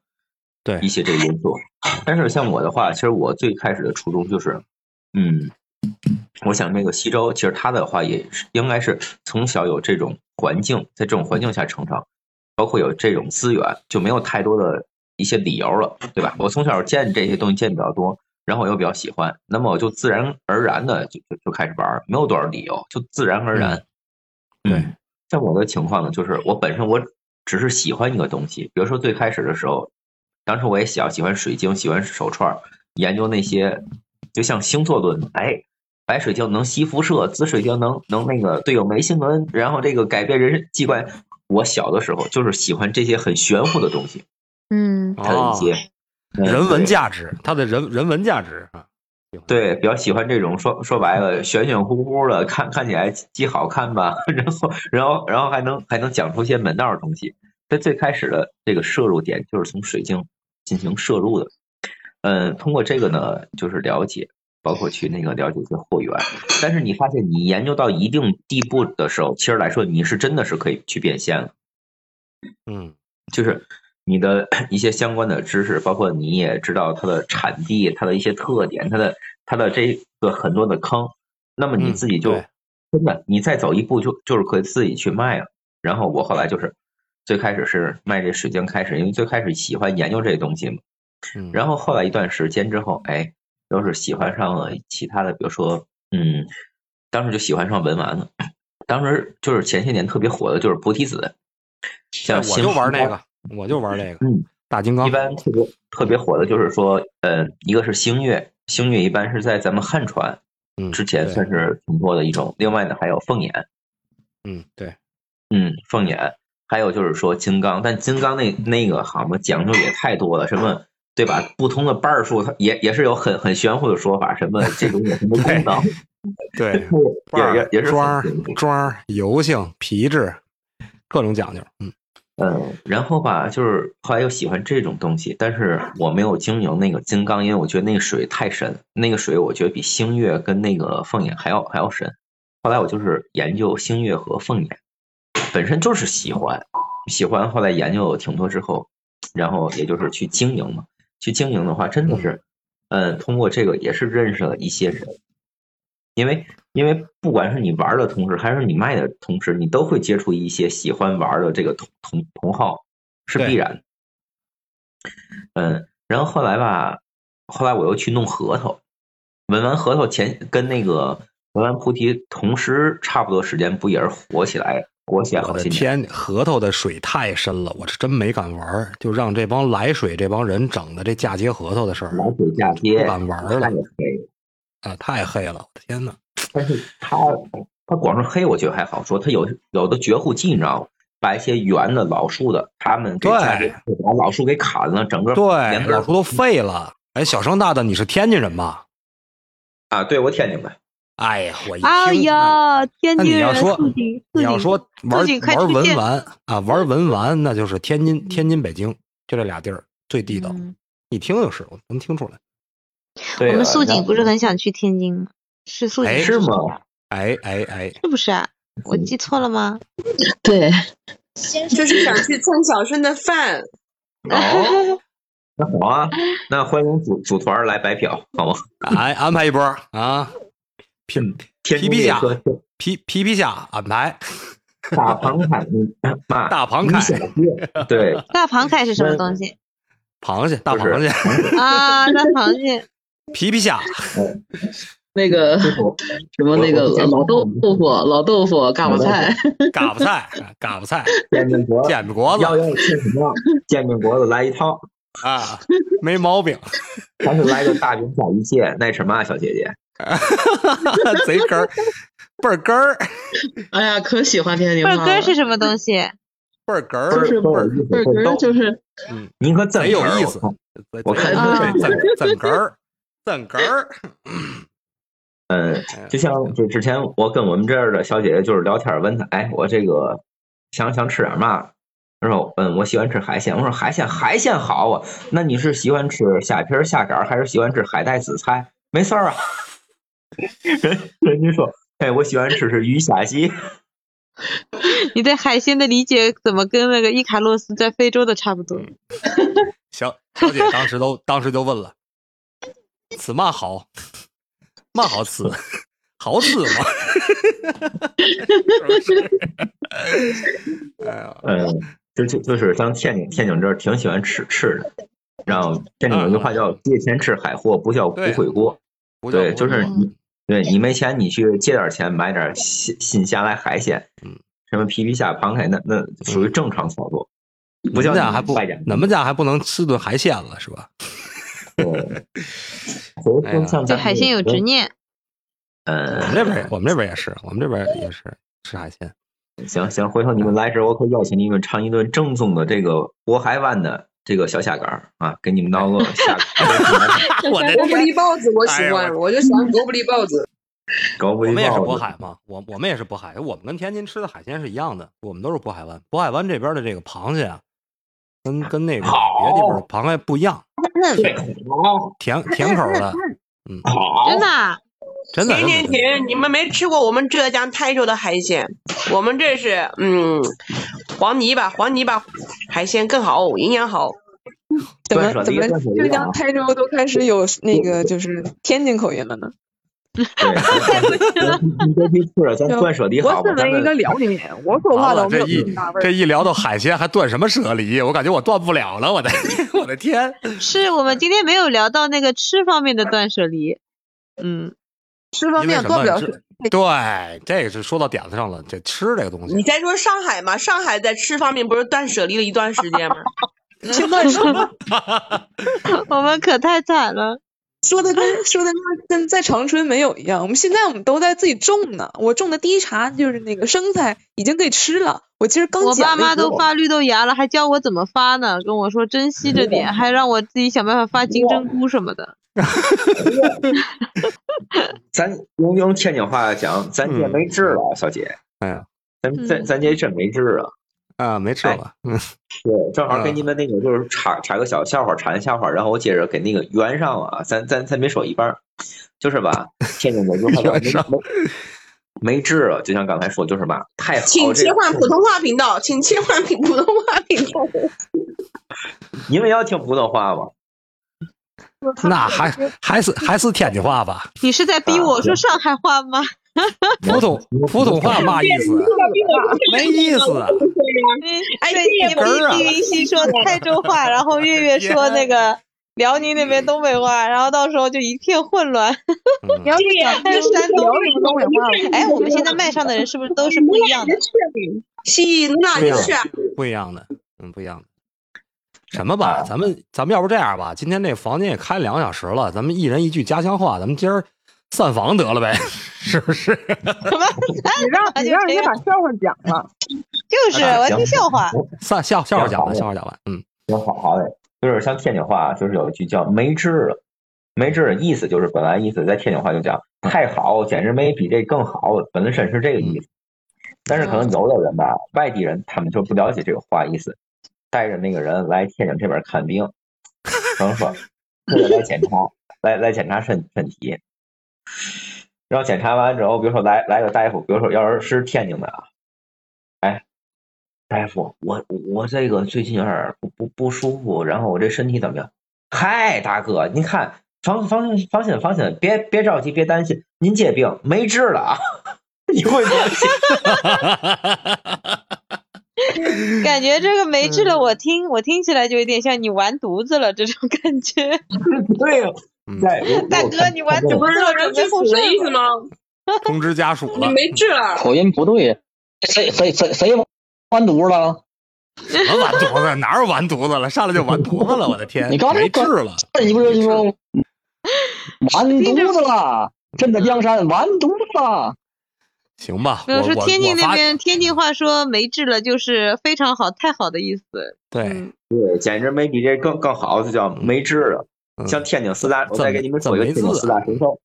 S3: 对
S8: 一些这个因素。啊但是像我的话，其实我最开始的初衷就是，嗯，我想那个西周，其实他的话也是应该是从小有这种环境，在这种环境下成长，包括有这种资源，就没有太多的一些理由了，对吧？我从小见这些东西见比较多，然后我又比较喜欢，那么我就自然而然的就就就开始玩儿，没有多少理由，就自然而然。
S3: 嗯对
S8: 嗯，像我的情况呢，就是我本身我只是喜欢一个东西，比如说最开始的时候，当时我也小，喜欢水晶，喜欢手串儿，研究那些，就像星座论，哎。白水晶能吸辐射，紫水晶能能那个对有霉性能，然后这个改变人生器官。我小的时候就是喜欢这些很玄乎的东西，
S4: 嗯
S8: 它的一
S3: 哦
S8: 些、嗯
S3: 人文
S8: 对
S3: 价值，它的人人文价值啊，
S8: 对，比较喜欢这种说说白了玄玄乎乎的，看看起来既好看吧， (laughs) 然后然后然后还能还能讲出一些门道的东西。在最开始的这个摄入点就是从水晶进行摄入的，嗯，通过这个呢，就是了解，包括去那个了解一些货源。但是你发现你研究到一定地步的时候，其实来说你是真的是可以去变现了。
S3: 嗯，
S8: 就是你的一些相关的知识，包括你也知道它的产地、它的一些特点、它的它的这个很多的坑，那么你
S3: 嗯
S8: 自己就、
S3: 对
S8: 真的你再走一步就就是可以自己去卖了。然后我后来就是最开始是卖这水晶开始，因为最开始喜欢研究这东西嘛。
S3: 嗯
S8: 然后后来一段时间之后，哎，都是喜欢上了其他的，比如说，嗯，当时就喜欢上文玩了。当时就是前些年特别火的，就是菩提子，
S3: 哎
S8: 像
S3: 我就
S8: 星
S3: 玩
S8: 空
S3: 那个，我就玩那个，
S8: 嗯，
S3: 大金刚
S8: 一般特别特别火的就是说，呃，一个是星月，星月一般是在咱们汉传
S3: 嗯
S8: 之前
S3: 对
S8: 算是挺多的一种，另外呢还有凤眼，
S3: 嗯对，
S8: 嗯，凤眼，还有就是说金刚，但金刚那那个好嘛，讲究也太多了，什么对吧？不同的瓣儿数，它也也是有很很玄乎的说法，什么这种有什么功能，
S3: 对
S8: (laughs)
S3: (laughs)
S8: 也也也是
S3: 庄儿
S8: 很玄乎
S3: 庄儿油性皮质，各种讲究，嗯
S8: 嗯，然后吧，就是后来又喜欢这种东西，但是我没有经营那个金刚，因为我觉得那个水太深，那个水我觉得比星月跟那个凤眼还要还要深。后来我就是研究星月和凤眼，本身就是喜欢，喜欢后来研究挺多之后，然后也就是去经营嘛。去经营的话，真的是，嗯，通过这个也是认识了一些人，因为因为不管是你玩的同时，还是你卖的同时，你都会接触一些喜欢玩的这个同同同好，是
S3: 对
S8: 必然的。嗯，然后后来吧，后来我又去弄核桃，文玩核桃前跟那个文玩菩提同时差不多时间，不也是火起来火起来
S3: 我
S8: 好
S3: 的
S8: 些年？
S3: 天，核桃的水太深了，我是真没敢玩儿，就让这帮来水这帮人整的这嫁接核桃的事儿
S8: 老水嫁接，
S3: 不敢玩了
S8: 太黑了
S3: 啊，太黑了，我的天呐，
S8: 但是他他光是黑，我觉得还好说，他有有的绝户技，你知道吗？把一些圆的老树的，他们给
S3: 对
S8: 嫁接把老树给砍了，整个
S3: 对
S8: 连，根
S3: 老
S8: 儿
S3: 头都废了。哎，小生大大，你是天津人吧？
S8: 啊！对，我天津的，
S3: 哎呀，我一
S4: 哎
S3: 听
S4: 呀，天
S3: 那
S4: 津
S3: 你要
S4: 人
S3: 说
S4: 自己
S3: 你要说玩
S4: 自己开
S3: 玩
S4: 这个
S3: 文
S4: 店
S3: 玩啊，玩文玩，那就是天津、天津、北京，就这俩地儿最地道。
S4: 嗯
S3: 一听就是，我能听出来。
S8: 对
S4: 我
S8: 了
S3: 啊
S4: 们素
S8: 然
S4: 锦
S8: 后
S4: 不是很想去天津吗？是素锦
S3: 哎嗯
S8: 是吗？
S3: 哎哎哎，
S4: 是不是啊？我记错了吗？
S10: 对，
S7: 就是想去蹭小生的饭。
S8: 哦，
S3: (laughs)
S8: 那好啊，那欢迎组组团儿来白嫖，好吗？
S3: 安安排一波啊，皮 (laughs) 皮
S8: 天津
S3: 皮
S8: 列
S3: 虾
S8: 车
S3: 皮皮皮虾安排，
S8: 大庞凯那
S3: (laughs)
S8: 妈
S3: 大庞凯
S8: 你小子对，
S4: 大螃蟹是什么东西
S3: 螃蟹大螃蟹，
S4: 啊？大螃
S3: (laughs)
S4: 蟹，
S3: 皮皮虾，
S10: 那个什么那个老豆腐、老豆腐、嘎巴菜， (laughs)
S3: 嘎巴菜，啊嘎巴菜，
S8: 煎
S3: (laughs)
S8: 饼果子
S3: 煎饼果
S8: 要
S3: 子
S8: 要吃什么？煎饼果子来一套，
S3: 啊，没毛病， (laughs)
S8: 还是来个大饼小一切，那什么小姐姐？
S3: 贼根儿，倍儿根儿，
S10: 哎呀，可喜欢天津
S4: 二
S10: 话
S4: 哥
S10: 了。
S4: 是什么东西？
S3: 倍儿根
S8: 倍
S3: 儿，
S8: 儿
S10: 就是倍儿根儿就
S8: 倍儿有意思这都
S10: 是
S8: 您可真
S3: 贼有
S8: 玩儿
S3: 意
S8: 我
S3: 思
S8: 靠。
S3: 贼
S8: 我看
S4: 啊
S3: 贼贼贼根儿，贼根儿，
S8: 嗯，就像就之前我跟我们这儿的小姐姐就是聊天儿，问她，哎，我这个想想吃点嘛？她说，嗯，我喜欢吃海鲜。我说海鲜海鲜好啊，那你是喜欢吃虾皮儿、虾杆儿，还是喜欢吃海带、紫菜？没事儿啊。人人家说，哎，我喜欢吃是鱼虾蟹。
S4: 你对海鲜的理解怎么跟那个伊卡洛斯在非洲的差不
S8: 嗯
S4: 多？
S3: 小小姐当时都当时就问了：“此嘛好？嘛好吃？好吃吗？” (laughs) 是不是？哎呀，
S8: 嗯，就就就是像天津天津这儿挺喜欢吃吃的，然后天津有一句话叫“借钱吃海货，不叫不
S3: 对
S8: 悔锅”。
S3: 不叫
S8: 对，
S3: 不
S8: 就是
S3: 错
S8: 你，对你没钱，你去借点钱买点新新虾来海鲜，
S3: 嗯，
S8: 什么皮皮虾、螃蟹，那那属于正常操作，不叫
S3: 你们家还不
S8: 败家。
S3: 你们家还不能吃顿海鲜了是吧？
S8: 对，所以
S3: 哎呀
S8: 说像
S4: 对
S8: 咱
S4: 海鲜有执
S8: 们，
S4: 念，
S3: 我
S8: 嗯，
S3: 们这边我们这边也是，我们这边也是吃海
S7: (laughs)
S8: (laughs)
S3: 鲜。
S8: 行行，回头你们来时候，我可邀请你们尝一顿正宗的这个渤海湾的这个小虾杆儿啊，给你们当个虾
S3: 我的
S7: 狗不
S3: 天
S7: 理，包子我喜
S3: 哎
S7: 欢，
S3: 呦
S7: 我就喜欢狗不理包子。
S8: 搞不
S3: 我
S8: 一
S3: 们也是
S8: 报
S3: 渤
S8: 的
S3: 海嘛，我我们也是渤海，我们跟天津吃的海鲜是一样的，我们都是渤海湾。渤海湾这边的这个螃蟹啊，跟跟那个别地方的螃蟹不一样，
S8: 对好
S3: 甜甜口
S9: (laughs)
S3: 的，嗯，
S8: 好
S4: 真的啊
S3: 真的
S7: 停停
S3: 真的
S7: 停！你们没吃过我们浙江台州的海鲜，我们这是嗯，黄泥巴，黄泥巴海鲜更好，营养好。
S9: 怎
S8: 断
S9: 么
S8: 舍
S9: 怎
S8: 离
S9: 么
S8: 断舍
S9: 浙
S8: 离啊
S9: 江、台州都开始有那个就是天津口音了呢？
S8: 对，你别逼或者咱断舍离好
S9: 我
S8: 吧？
S9: 作
S8: 咱
S9: 为一
S8: 们
S9: 个辽宁人，我说话
S3: 完了
S9: 都没有
S3: 这一
S9: 那么大味
S3: 这
S9: 儿。
S3: 一聊到海鲜，还断什么舍离？我感觉我断不了
S9: (laughs)
S3: 了，我的我的天！
S4: 是我们今天没有聊到那个吃方面的断舍离。嗯， (laughs)
S9: 吃方
S3: 因为
S9: 面
S3: 什
S9: 断不
S3: 么？
S9: 了
S3: 这
S9: 是
S3: 对，这个是说到点子上了。这吃这个东
S7: 你
S3: 西，
S7: 再说上海嘛，上海在吃方面不是断舍离了一段时间 (laughs) 吗？
S9: 切断舍离，
S8: (laughs)
S4: 我们可太惨了。
S9: 说的跟说的跟跟在长春没有一样。我们现在我们都在自己种呢。我种的第一茬就是那个生菜，已经可以吃了。我今儿刚
S4: 我
S9: 剪
S4: 爸
S9: 了一
S4: 妈都
S9: 个
S4: 发绿豆芽了，还教我怎么发呢，跟我说珍惜着点，还让我自己想办法发金针菇什么的。
S8: 咱用用天津话讲，咱这没治了，小姐。
S3: 嗯，
S8: 咱咱咱这真没治了。
S3: 啊，没吃
S8: 哎
S3: 了。嗯，
S8: 对，正好给你们那个就是插插个小笑话，插个笑话，然后我接着给那个圆上啊，咱咱咱别说一半儿，就是吧，天津有句话叫
S3: 圆
S8: 没
S3: 上
S8: 没没治了，就像刚才说，就是吧，太好
S7: 请
S8: 这
S7: 切
S8: 个
S7: 换普通话频道，请切换普通话频道。
S8: 你们要听普通话吗？
S3: 那还还是还是天津话
S9: (laughs)
S3: 吧，
S4: 你是在逼我说上海话吗？
S3: 普通普通话嘛意思？没意思。
S4: (laughs) 哎，
S7: 哎
S4: 对，
S7: 这
S4: 你
S3: 根儿啊
S4: 逼逼云溪 (laughs) 说台州话，然后月月说那个辽宁那边东北话，然后到时候就一片混乱。
S3: 嗯
S9: 你要是讲
S4: 但是
S9: 辽
S4: 山东
S9: 宁东北话，
S4: 哎，我们现在麦上的人是不是都是不一样的？
S7: 西那啊
S3: 对
S7: 一
S3: 呀
S7: 去，
S3: 不一样的，嗯，不一样的。什么吧，咱们咱们要不这样吧，今天这房间也开两个小时了，咱们一人一句家乡话，咱们今儿散房得了呗，是不是？ (laughs)
S4: 什么？
S9: 你让你让人家把笑话讲 (laughs) 了。
S4: (laughs) 就是我要听笑 (laughs) 话。
S3: 散笑笑话讲
S8: 行好
S3: 完，
S8: 嘞
S3: 笑话讲完，嗯，
S8: 挺好的，就是像天津话，就是有一句叫“没治了”，没治了意思就是本来意思，在天津话就讲太好，简直没比这更好，本身是这个意思。但是可能有的人吧，外地人他们就不了解这个话意思，带着那个人来天津这边看病，可能说为了来检查，来来检查身身体。然后检查完之后，比如说来来个大夫，比如说要是是天津的啊，哎，大夫，我我这个最近有点儿不不不舒服，然后我这身体怎么样？嗨，大哥，您看，放放心放心放心，别别着急，别担心，您这病没治了啊， (laughs) 你会不会？
S4: 感觉这个没治了，我听我听起来就有点像你完犊子了这种感觉。
S8: 对呀
S3: 嗯，
S8: 在我
S4: (laughs) 大
S8: 我
S4: 哥
S8: 看
S4: 你完
S8: 看这
S4: 犊子
S7: 不
S8: 个
S7: 是
S4: 了，
S7: 让
S4: 准
S7: 人
S4: 备
S7: 去
S4: 后
S7: 死
S4: 事
S7: 的意
S4: 了。
S7: 思吗？
S3: 通知家属
S7: 你
S3: 了，
S7: 没治啊了，
S5: 口音不对，谁谁谁谁完犊子了？
S3: 什么完犊子？哪有完犊子了？上来就完犊子了，我的天！
S5: 你刚才
S3: 没治了，
S5: 你不是就 (laughs) 说完犊子了？朕的江山完犊子了！
S3: 行吧？
S4: 没
S3: 我
S4: 有说
S3: 我
S4: 天津
S3: 我
S4: 那
S3: 发
S4: 边天津话说没治了就是非常好太好的意思。
S3: 对，
S4: 嗯，
S8: 对，简直没比这更更好，就叫没治了。
S3: 嗯
S8: 像天津四大，我再给你们说一个天津四大神兽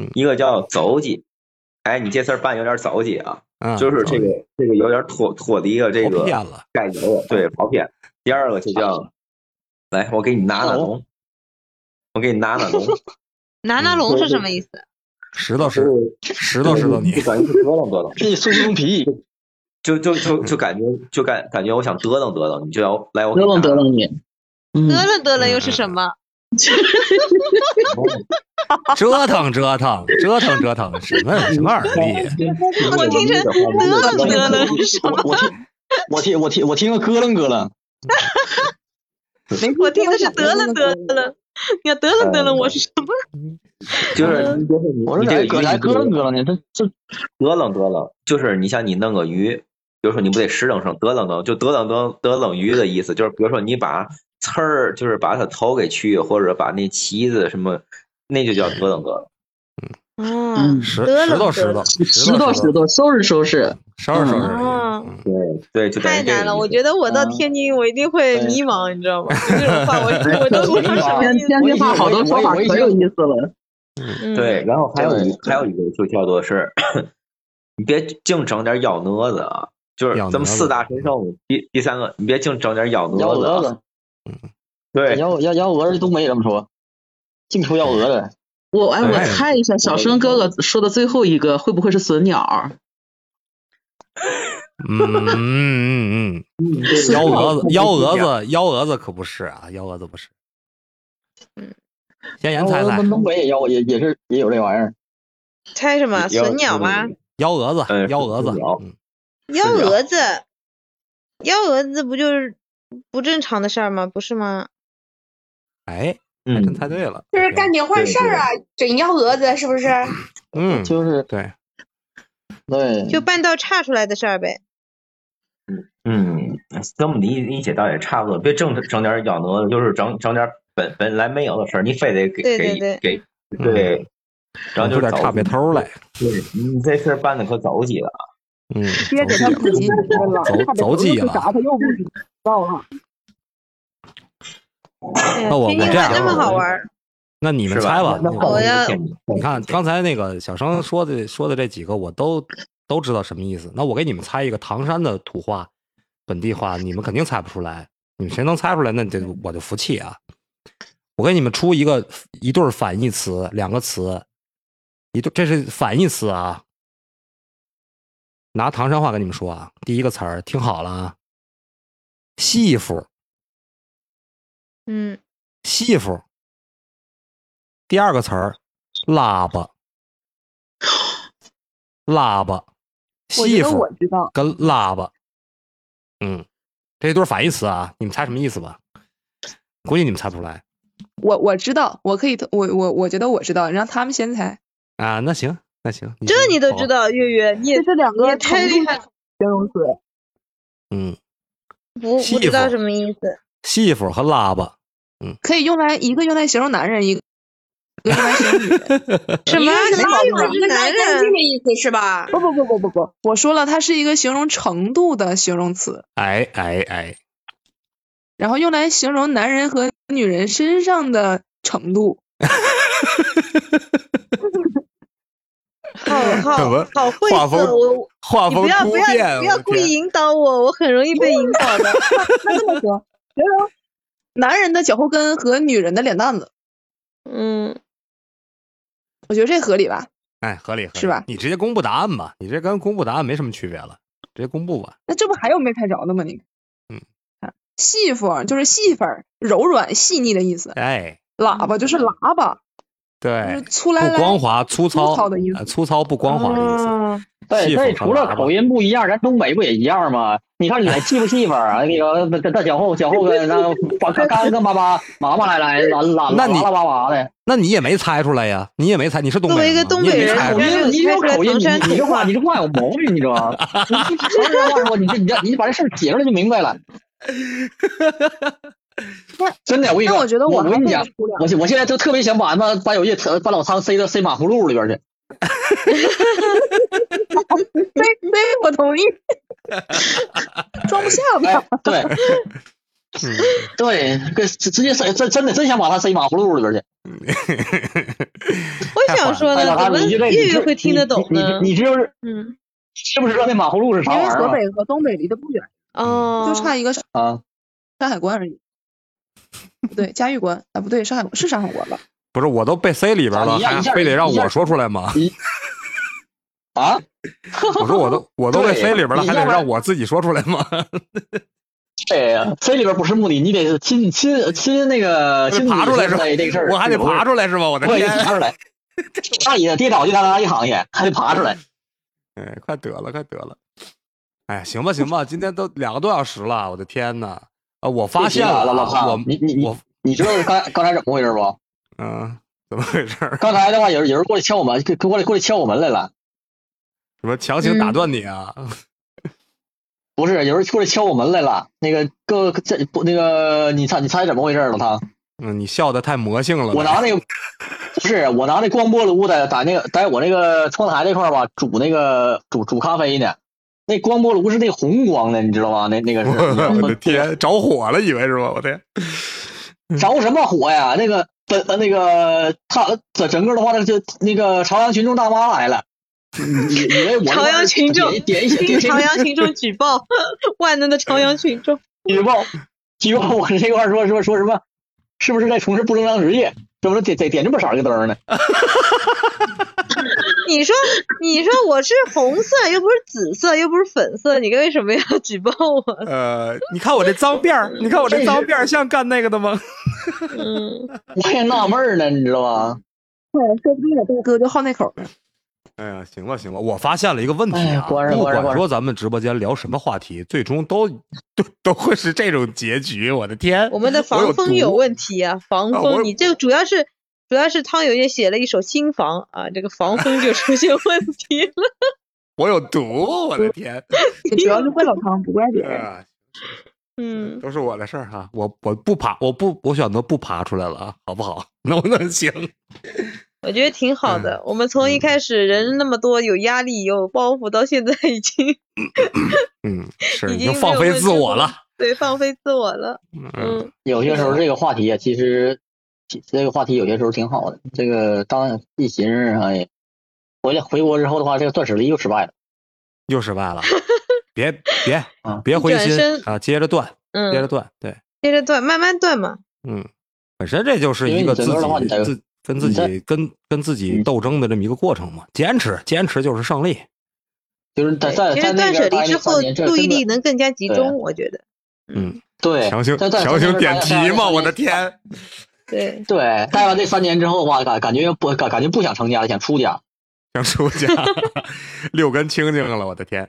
S3: 嗯，
S8: 一个叫走鸡，哎，你这事儿办有点走鸡啊，
S3: 嗯，
S8: 就是这个这个有点脱脱离了这
S3: 跑
S8: 个
S4: 啊
S3: 偏了，
S8: 概念了，对，跑偏。第二个就叫，来，我给你拿拿龙，我给你拿 (laughs) 拿龙，
S4: 拿拿龙是什么意思？
S3: 石头石石头石头你
S8: 就，感觉 (laughs) 是折腾折腾，
S5: 这碎胸皮，
S8: 就就就就感觉就感感觉我想折腾折腾，你就要来我给
S11: 得
S8: 你
S11: 楞
S8: 拿
S11: 得楞你，嗯，
S4: 得了得了又是什么？
S3: 折腾折腾折腾折腾，什么什么耳力？
S4: 我听成得了得了是什么？
S5: 我听我听我听我听个咯楞咯楞，
S4: 我听的是得了得了，你要得了得了我是什么？
S8: 就是你就是你
S5: 我
S8: 你
S5: 说
S8: 这
S5: 还
S8: 个
S5: 搁
S8: 鱼
S5: 还咯楞
S8: 你
S5: 咯楞呢？这这
S8: 得冷得冷，就是你像你弄个鱼，比如说你不得十冷生得冷冷，就得冷得得冷鱼的意思，就是比如说你把刺儿，就是把它头给去，或者把那旗子什么，那就叫得冷得冷。
S4: 嗯
S11: 嗯，
S3: 石石头石头
S11: 石头
S3: 头
S11: 石头收拾收拾，
S3: 收拾收拾。
S4: 哦
S3: 嗯
S8: 对对，就等于
S4: 太
S8: 这个意
S4: 难
S8: 思。
S4: 了，我觉得我到
S5: 嗯
S4: 天津我一定会
S5: 对
S4: 迷茫，你知道吗？就这种话我
S5: 哎
S4: 我都不知道什么
S11: 天
S4: 意思。
S11: 天津话好多说法
S5: 我已经
S11: 可有意思了。
S4: 嗯
S8: 对，然后还有一
S5: 对
S8: 还有一个就叫做是，你别净整点幺蛾子啊，就是
S3: 幺
S8: 咱们
S3: 蛾
S8: 四
S3: 子
S8: 大神兽，第第三个你别净整点幺
S5: 幺
S8: 蛾子
S5: 蛾
S8: 啊。
S5: 子，
S8: 对，
S5: (laughs) 幺幺幺蛾子，东北怎么说？净出幺蛾子，
S11: 我哎，我
S3: 哎
S11: 猜
S7: 哎
S11: 一下，小生哥哥说的最后一个会不会是损鸟儿？
S3: 嗯嗯嗯嗯，幺蛾 (laughs) 子，幺蛾子，幺蛾子可不是啊，幺蛾子不是。嗯，先言猜猜，
S5: 东北也有，也也是也有这玩意儿。
S4: 猜什么？
S5: 幺
S4: 隼鸟吗？
S3: 幺蛾子，幺蛾子，嗯
S4: 幺蛾子，幺蛾子不就是不正常的事儿吗？不是吗？
S3: 哎，
S8: 嗯
S3: 还真猜对了，
S7: 就是干点坏事儿啊，整幺蛾子是不是？
S3: 嗯，
S5: 就是
S3: 对
S5: 对，
S4: 就半道岔出来的事儿呗。
S8: 嗯，这么理理解倒也差不多，别整整点养蛾子，就是整整点本本来没有的事儿，你非得给
S4: 对对对
S8: 给给对，然后
S3: 整出
S8: 就
S3: 嗯点差别头来，
S8: 对你这事儿办的可着急了，
S3: 嗯，
S7: 别给他自己分了，
S3: 走走急了。
S7: 他又不知道啊。
S4: 哎呀
S3: 那我
S4: 听
S3: 我
S4: 你
S3: 这样
S4: 话这么好玩儿，
S3: 那你们
S8: 是
S3: 猜吧
S8: 吧？，那
S3: 你
S8: 换
S4: 我要
S8: 个项目
S3: 你看刚才那个小生说的说的这几个，我都都知道什么意思。那我给你们猜一个唐山的土话、本地话，你们肯定猜不出来。你们谁能猜出来，那就我就服气啊！我给你们出一个一对儿反义词，两个词，一对这是反义词啊。拿唐山话跟你们说啊，第一个词儿听好了啊，媳妇，
S4: 嗯，
S3: 媳妇。第二个词儿，喇叭，喇叭，
S7: 我觉
S3: 媳
S7: 得
S3: 妇
S7: 我知道，
S3: 跟喇叭，嗯，这一对儿反义词啊，你们猜什么意思吧？估计你们猜不出来
S9: 我我知道，我可以，我我我觉得我知道，让他们先猜。
S3: 啊。那行，那行，
S4: 这你都知
S3: 道，
S4: 道，月月，你也
S7: 这是两
S4: 你
S7: 个
S4: 也太
S7: 常
S4: 厉
S7: 用
S4: 害
S7: 的
S4: 了，
S7: 形容词。
S3: 嗯，
S4: 不
S3: 媳
S4: 不知道
S3: 妇
S4: 什么意思。
S3: 媳妇和喇叭，
S9: 可以用来一个用来形容男人，一 (laughs) 个一个用来形容女人。
S4: 什么？
S7: 一个是
S4: 哪
S7: 老
S4: 有
S7: 人
S4: 一个男
S7: 干净
S4: 人？
S7: 的意思是吧？
S9: 不不不不不不，我说了，它是一个形容程度的形容词，
S3: 哎哎哎，
S9: 然后用来形容男人和女人身上的程度。
S4: 好
S3: 怎
S4: 好
S3: 么
S4: 好晦
S3: 画风
S4: 涩，我
S3: 画
S4: 你不
S3: 风
S4: 要
S3: 突
S4: 不要
S3: 变，
S4: 你不要
S3: 我的
S4: 故
S3: 天
S4: 意引导我，我很容易被引
S3: (laughs)
S4: 导的。
S9: 那这么说， (laughs) 形容男人的脚后跟和女人的脸蛋子，
S4: 嗯，
S9: 我觉得这合理吧？
S3: 哎，合理合理
S9: 是吧
S3: 你直接公布答案吧，你这跟公布答案没什么区别了，直接公布吧。
S9: 那这不还有没猜着的吗？你，
S3: 嗯
S9: 啊，细缝就是细粉儿，柔软细腻的意思。
S3: 哎，
S9: 喇叭就是喇叭，就是
S3: 对，
S9: 粗
S3: 不
S9: 来来。
S3: 光滑、粗糙、
S9: 粗糙的意思
S3: 呃粗糙不光滑的意思。
S5: 啊对，
S3: 戏
S5: 这
S3: 法
S5: 除
S3: 和
S5: 了
S3: 喇
S5: 口
S3: 叭
S5: 音不一样，咱东北不也一样吗？你看脸细不细粉啊？那个大大脚后脚后跟， (laughs) 那把干干干巴巴，麻麻来来，懒懒
S3: 那
S5: 懒
S3: 你
S5: 啦巴巴的。
S3: 那你也没猜出来呀，你也没猜，你是东
S4: 作为
S3: 北
S4: 一个
S3: 人吗
S4: 东
S3: 你也
S4: 北
S3: 没
S4: 人
S3: 猜
S4: 我
S3: 出
S5: 口
S3: 来
S5: 音
S4: 觉得，
S5: 你有
S4: 唐山
S5: 口音，你你这
S4: 土话
S5: 话，你这话有毛病，你知道吗？你你唐山话说，你这你这你把这事儿解释了就
S4: (laughs)
S5: 明白了。真的，我跟你
S9: 那
S5: 说，
S9: 我觉得
S5: 我
S9: 还
S5: 跟你
S9: 会
S5: 讲，
S9: 出两
S5: 我现我现在就特别想把他妈把有叶把老汤塞到塞马葫芦里边
S9: (laughs)
S5: 去。
S9: 对对，我同意。装不下吧？
S5: 哎，
S4: (laughs)
S5: 对对，跟直直接塞，真真的真想把他塞马葫芦里边去。
S4: 我想
S9: 呃
S4: 说
S5: 哎，
S4: 呢
S5: 老，
S4: 怎
S5: 汤，
S4: 么
S5: 你就这，
S4: 月
S5: 你
S4: 月
S5: 知
S4: 会听得懂
S5: 你
S4: 呢
S5: 你？你知不知
S4: 嗯，
S5: 知不知道那马葫芦是啥
S9: 因
S5: 玩
S9: 为
S5: 意儿
S9: 河
S5: 啊？
S9: 北和东北离得不远，
S4: 哦
S9: 就，差一个山
S5: 啊，
S9: 海关而已。不对，嘉峪关啊，不对，上海关是上海关吧？
S3: 不是我都被塞里边了，
S5: 啊一样
S3: 还
S5: 一样
S3: 非得让
S5: 一样
S3: 我说出来
S4: (laughs)
S3: 吗？
S5: 啊，
S3: 我说我都我都被塞里边了，
S5: 对
S3: 还
S5: 你要
S3: 得
S5: 不然啊
S3: 让我自己说出来吗？
S5: 对呀，塞里边不是目的，你得是亲亲亲那个亲
S3: 爬出来是吧
S5: 哎，这个事儿，
S3: 我还得爬出来是吧？我的
S5: 对，
S3: 天
S5: 得！爬出来。大爷跌倒就当当一行业，还得爬出来。
S3: (laughs) 哎，快得了，快得了！哎，行吧，行吧，今天都两个多小时了，我的天呐！啊，我发现
S5: 了，老
S3: 啊我
S5: 胖，你你你
S3: 我
S5: 你知道刚刚才怎么回事不？
S3: 嗯，怎么回事儿？
S5: 刚才的话，有人有人过来敲我门，过过来过来敲我门来了。
S3: 什么强行打
S4: 嗯
S3: 断你啊？
S5: 不是，有人过来敲我门来了。那个各这不那个，你猜你猜怎么回事儿老汤？
S3: 嗯，你笑的太魔性了。
S5: 我拿那个不是，我拿那光波炉在在那个在我那个窗台这块儿吧，煮那个煮煮咖啡呢。那光波炉是那红光的，你知道吗？那那个是，
S3: (laughs) 我的天，着火了，以为是吧？我天，
S4: 嗯
S5: 着什么火呀？那个本呃那个他整整个的话，那就那个朝阳群众大妈来了。以以以为我那
S4: 朝阳群众
S5: 点点一下，
S4: 听
S5: 点一下
S4: 朝阳群众举报， (laughs) 万能的朝阳群众。
S5: 举报举报我这块儿说说说什么？是不是在从事不正当职业？怎么点点点这么色儿一个灯呢？
S4: 你说，你说我是红色，又不是紫色，又不是粉色，你为什么要举报我？
S12: 呃，你看我这脏辫
S4: (laughs)
S12: 儿，你看我这脏辫儿像干那个的吗？
S4: 嗯，
S5: 我也纳闷儿呢，你知道吧？
S9: 快说对了，大哥就好那口 (laughs) 儿。
S3: (laughs) 哎呀，行了行了，我发现了一个问题
S5: 哎
S3: 啊，
S5: 呀关上
S3: 不
S5: 关上
S3: 管
S5: 关
S3: 说
S5: 上
S3: 咱们直播间聊什么话题，最终都 (laughs) 都都会是这种结局。我的天，
S4: (laughs) 我们的防风有问题啊，防
S3: 啊我
S4: 风，你这主要是主要是汤有业写了一首新房啊，这个防风就出现问题了。
S12: 我有毒，我的天！
S9: 主要是怪老汤，不怪别
S3: 哎
S9: 人。
S12: 啊，
S4: (laughs) 嗯，
S12: 都是我的事儿
S3: 啊，我我不爬，我不我选择不爬出来了啊，好不好？ (laughs) 能不能行？
S4: 我觉得挺好
S3: 嗯
S4: 的。我们从一开始人那么多，有压力，有包袱，到现在已经 (laughs)
S3: 嗯，是
S4: 已
S3: 已经
S4: 没
S3: 放
S4: 有
S3: 飞
S4: 问
S3: 自
S4: 之
S3: 我
S4: 后
S3: 了。，
S4: 对，放飞自我了。
S3: 嗯
S4: 嗯，
S5: 有些时候这个话题啊，其实其这个话题有些时候挺好的。这个当一寻思，哎，回来回国之后的话，这个断舍离又失败了。
S3: 又失败了，别别
S5: 啊
S3: 别灰
S4: 嗯转
S3: 心
S4: 身
S3: 啊，接着断，
S4: 嗯
S3: 接着断，对，
S4: 接着断，慢慢断嘛。
S3: 嗯，本身这就是一个自
S5: 因为你整个的话你
S3: 己
S5: 得
S3: 自跟自己
S5: 你嗯
S3: 跟跟自己斗争的这么一个过程嘛，坚持坚持就是胜利，
S5: 就是在在
S4: 其
S5: 在
S4: 实
S5: 那
S4: 断
S5: 边
S4: 舍
S5: 儿
S4: 离
S5: 待那
S4: 之后，
S5: 三年，这
S4: 注意
S5: 真的
S4: 力能更加集
S5: 对
S4: 中，我觉得。
S3: 嗯，
S5: 对
S12: 强行
S5: 在在
S12: 强
S5: 在那
S12: 行
S5: 边
S12: 点
S5: 待
S12: 题嘛，我的！
S5: 待
S12: 天！
S4: 对，
S5: 对，待完这三年之后吧，感感觉不感感觉不想成家了，想出家。
S12: 想出
S3: (laughs)
S12: 家，六根清净了，我的天！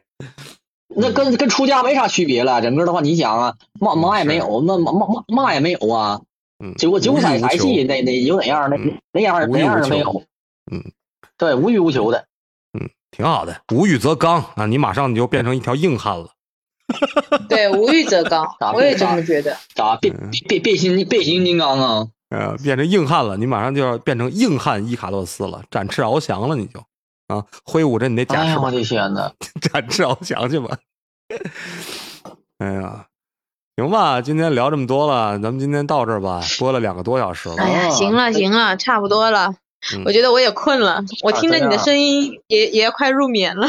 S5: 那
S12: 嗯
S5: 跟跟出家没啥区别了，整个的话，你想啊，嘛嘛也没有，那嘛嘛嘛嘛也没有啊，
S3: 嗯，
S5: 结果结果
S3: 无欲
S5: 彩
S3: 无
S5: 彩
S3: 求
S5: 戏那那有哪样儿那
S3: 嗯
S5: 那样儿
S3: 无
S5: 那
S3: 欲
S5: 样
S3: 无
S5: 儿没
S3: 求
S5: 有，
S3: 嗯，
S5: 对，无欲无求的，
S3: 挺好的，无欲则刚啊，你马上你就变成一条硬汉
S5: (laughs)
S3: 了，
S13: 对，无欲则刚，我也这么觉得。
S5: 咋变
S12: 嗯
S5: 变变形变形金刚啊？
S3: 呃，变成硬汉了，你马上就要变成硬汉伊卡洛斯了，展翅翱翔了，你就啊，挥舞着你那
S5: 哎
S3: 假
S5: 呀，
S3: 翅
S5: 我
S3: 膀，
S5: 的天呐，
S3: (laughs) 展翅翱翔去吧。哎呀，行吧，今天聊这么多了，咱们今天到这儿吧，播了两个多小时了。
S4: 哎呀，
S5: 哦
S4: 行了行了，差不多了。
S3: 嗯
S4: 我觉得我也困了，我听着你
S5: 这
S4: 的
S5: 样
S4: 声音也也要快入眠了，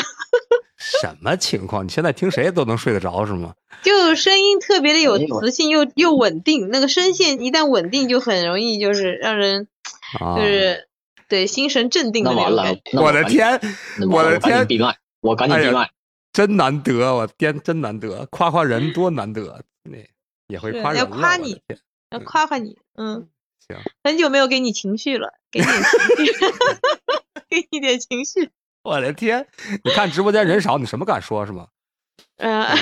S3: 什么情况？你现在听谁都能睡得着是吗？
S4: 就声音特别的有
S5: 哎呦
S4: 磁性，又又稳定。那个声线一旦稳定，就很容易就是让人
S3: 啊，
S4: 就是对心神镇定的
S5: 那
S4: 那
S5: 完
S4: 种
S5: 了
S4: 感觉。，
S5: 那
S12: 我的天，我的
S5: 赶紧，那赶紧
S12: 天
S5: 闭麦，我赶紧
S12: 哎呀
S5: 闭麦，
S3: 真难得，我天，真难得，夸夸人多难得，那也会夸
S4: 是
S3: 人
S4: 要
S3: 了。
S4: 夸
S3: 我的
S4: 你
S3: 天
S4: 要夸夸你，嗯，
S3: 行，
S4: 很久没有给你情绪了，给你点情绪， (laughs) 给你点情绪，
S3: 我的天，你看直播间人少，你什么敢说是吗？
S4: 嗯、
S3: 哎呀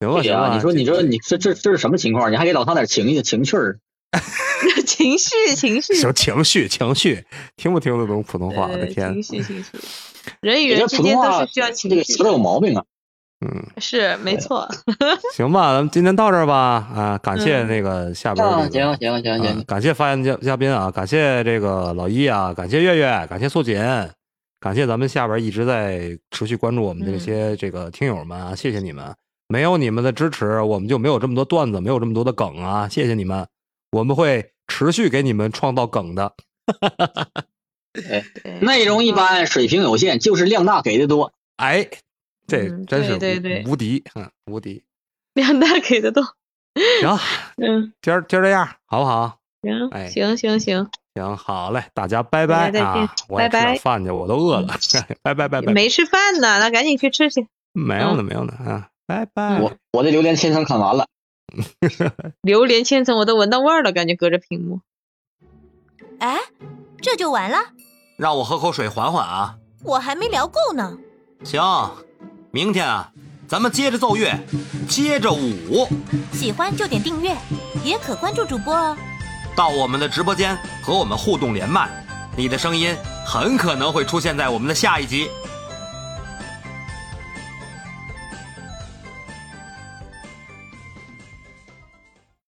S3: 行了
S5: 对
S3: 行
S5: 呀、
S3: 了，
S5: 啊你说
S3: 这
S5: 你说你这这这是什么情况？你还给老汤点情绪情趣儿？
S4: (laughs) 情绪情绪，
S3: 行情绪情绪，听不听得懂普通话？我的
S4: 对
S3: 天
S4: 呃情，绪情绪，人与
S5: 你
S4: 人
S5: 这
S4: 之
S5: 普
S4: 间
S5: 通
S4: 都
S5: 话
S4: 是需要
S5: 这
S4: 情
S5: 个
S4: 绪
S5: 词儿有毛病啊！
S3: 嗯，
S4: 的，是没错。
S3: (laughs) 行吧，咱们今天到这儿吧啊，感谢那个下边
S5: 啊，
S3: 儿这
S5: 行
S3: 个
S5: 啊行啊行啊行
S3: 啊
S5: 啊，
S3: 感谢发言嘉嘉宾啊，感谢这个老一啊，感谢月月，感谢素锦，感谢咱们下边一直在持续关注我们的这些这个听友们啊，谢谢你们，没有你们的支持，我们就没有这么多段子，没有这么多的梗啊，谢谢你们，我们会持续给你们创造梗的。
S4: 对
S5: 内容一般，水平有限，就是量大给的多。
S3: 哎，这
S4: 嗯
S3: 真是无,、
S4: 对对对
S3: 无敌，嗯，无敌。
S4: 量大给的多。
S3: 行，
S4: 嗯，
S3: 今儿今儿这样，好不好？
S4: 行
S3: 哎
S4: 行行行，
S3: 行，好嘞，大家拜拜
S4: 大家再见
S3: 啊！我也吃
S4: 拜拜
S3: 点饭去，我都饿了。拜拜拜拜，
S4: 没吃饭呢，那赶紧去吃去。
S3: 没有呢，
S4: 嗯
S3: 没有呢啊！拜拜，
S5: 我我的榴莲千层啃完了，
S4: 榴莲千层我都闻到味儿了，感觉隔着屏幕。
S1: 哎，这就完了？
S14: 让我喝口水缓缓啊。
S1: 我还没聊够呢。
S14: 行，明天啊，咱们接着奏乐，接着舞，
S1: 喜欢就点订阅，也可关注主播哦。
S14: 到我们的直播间和我们互动连麦，你的声音很可能会出现在我们的下一集。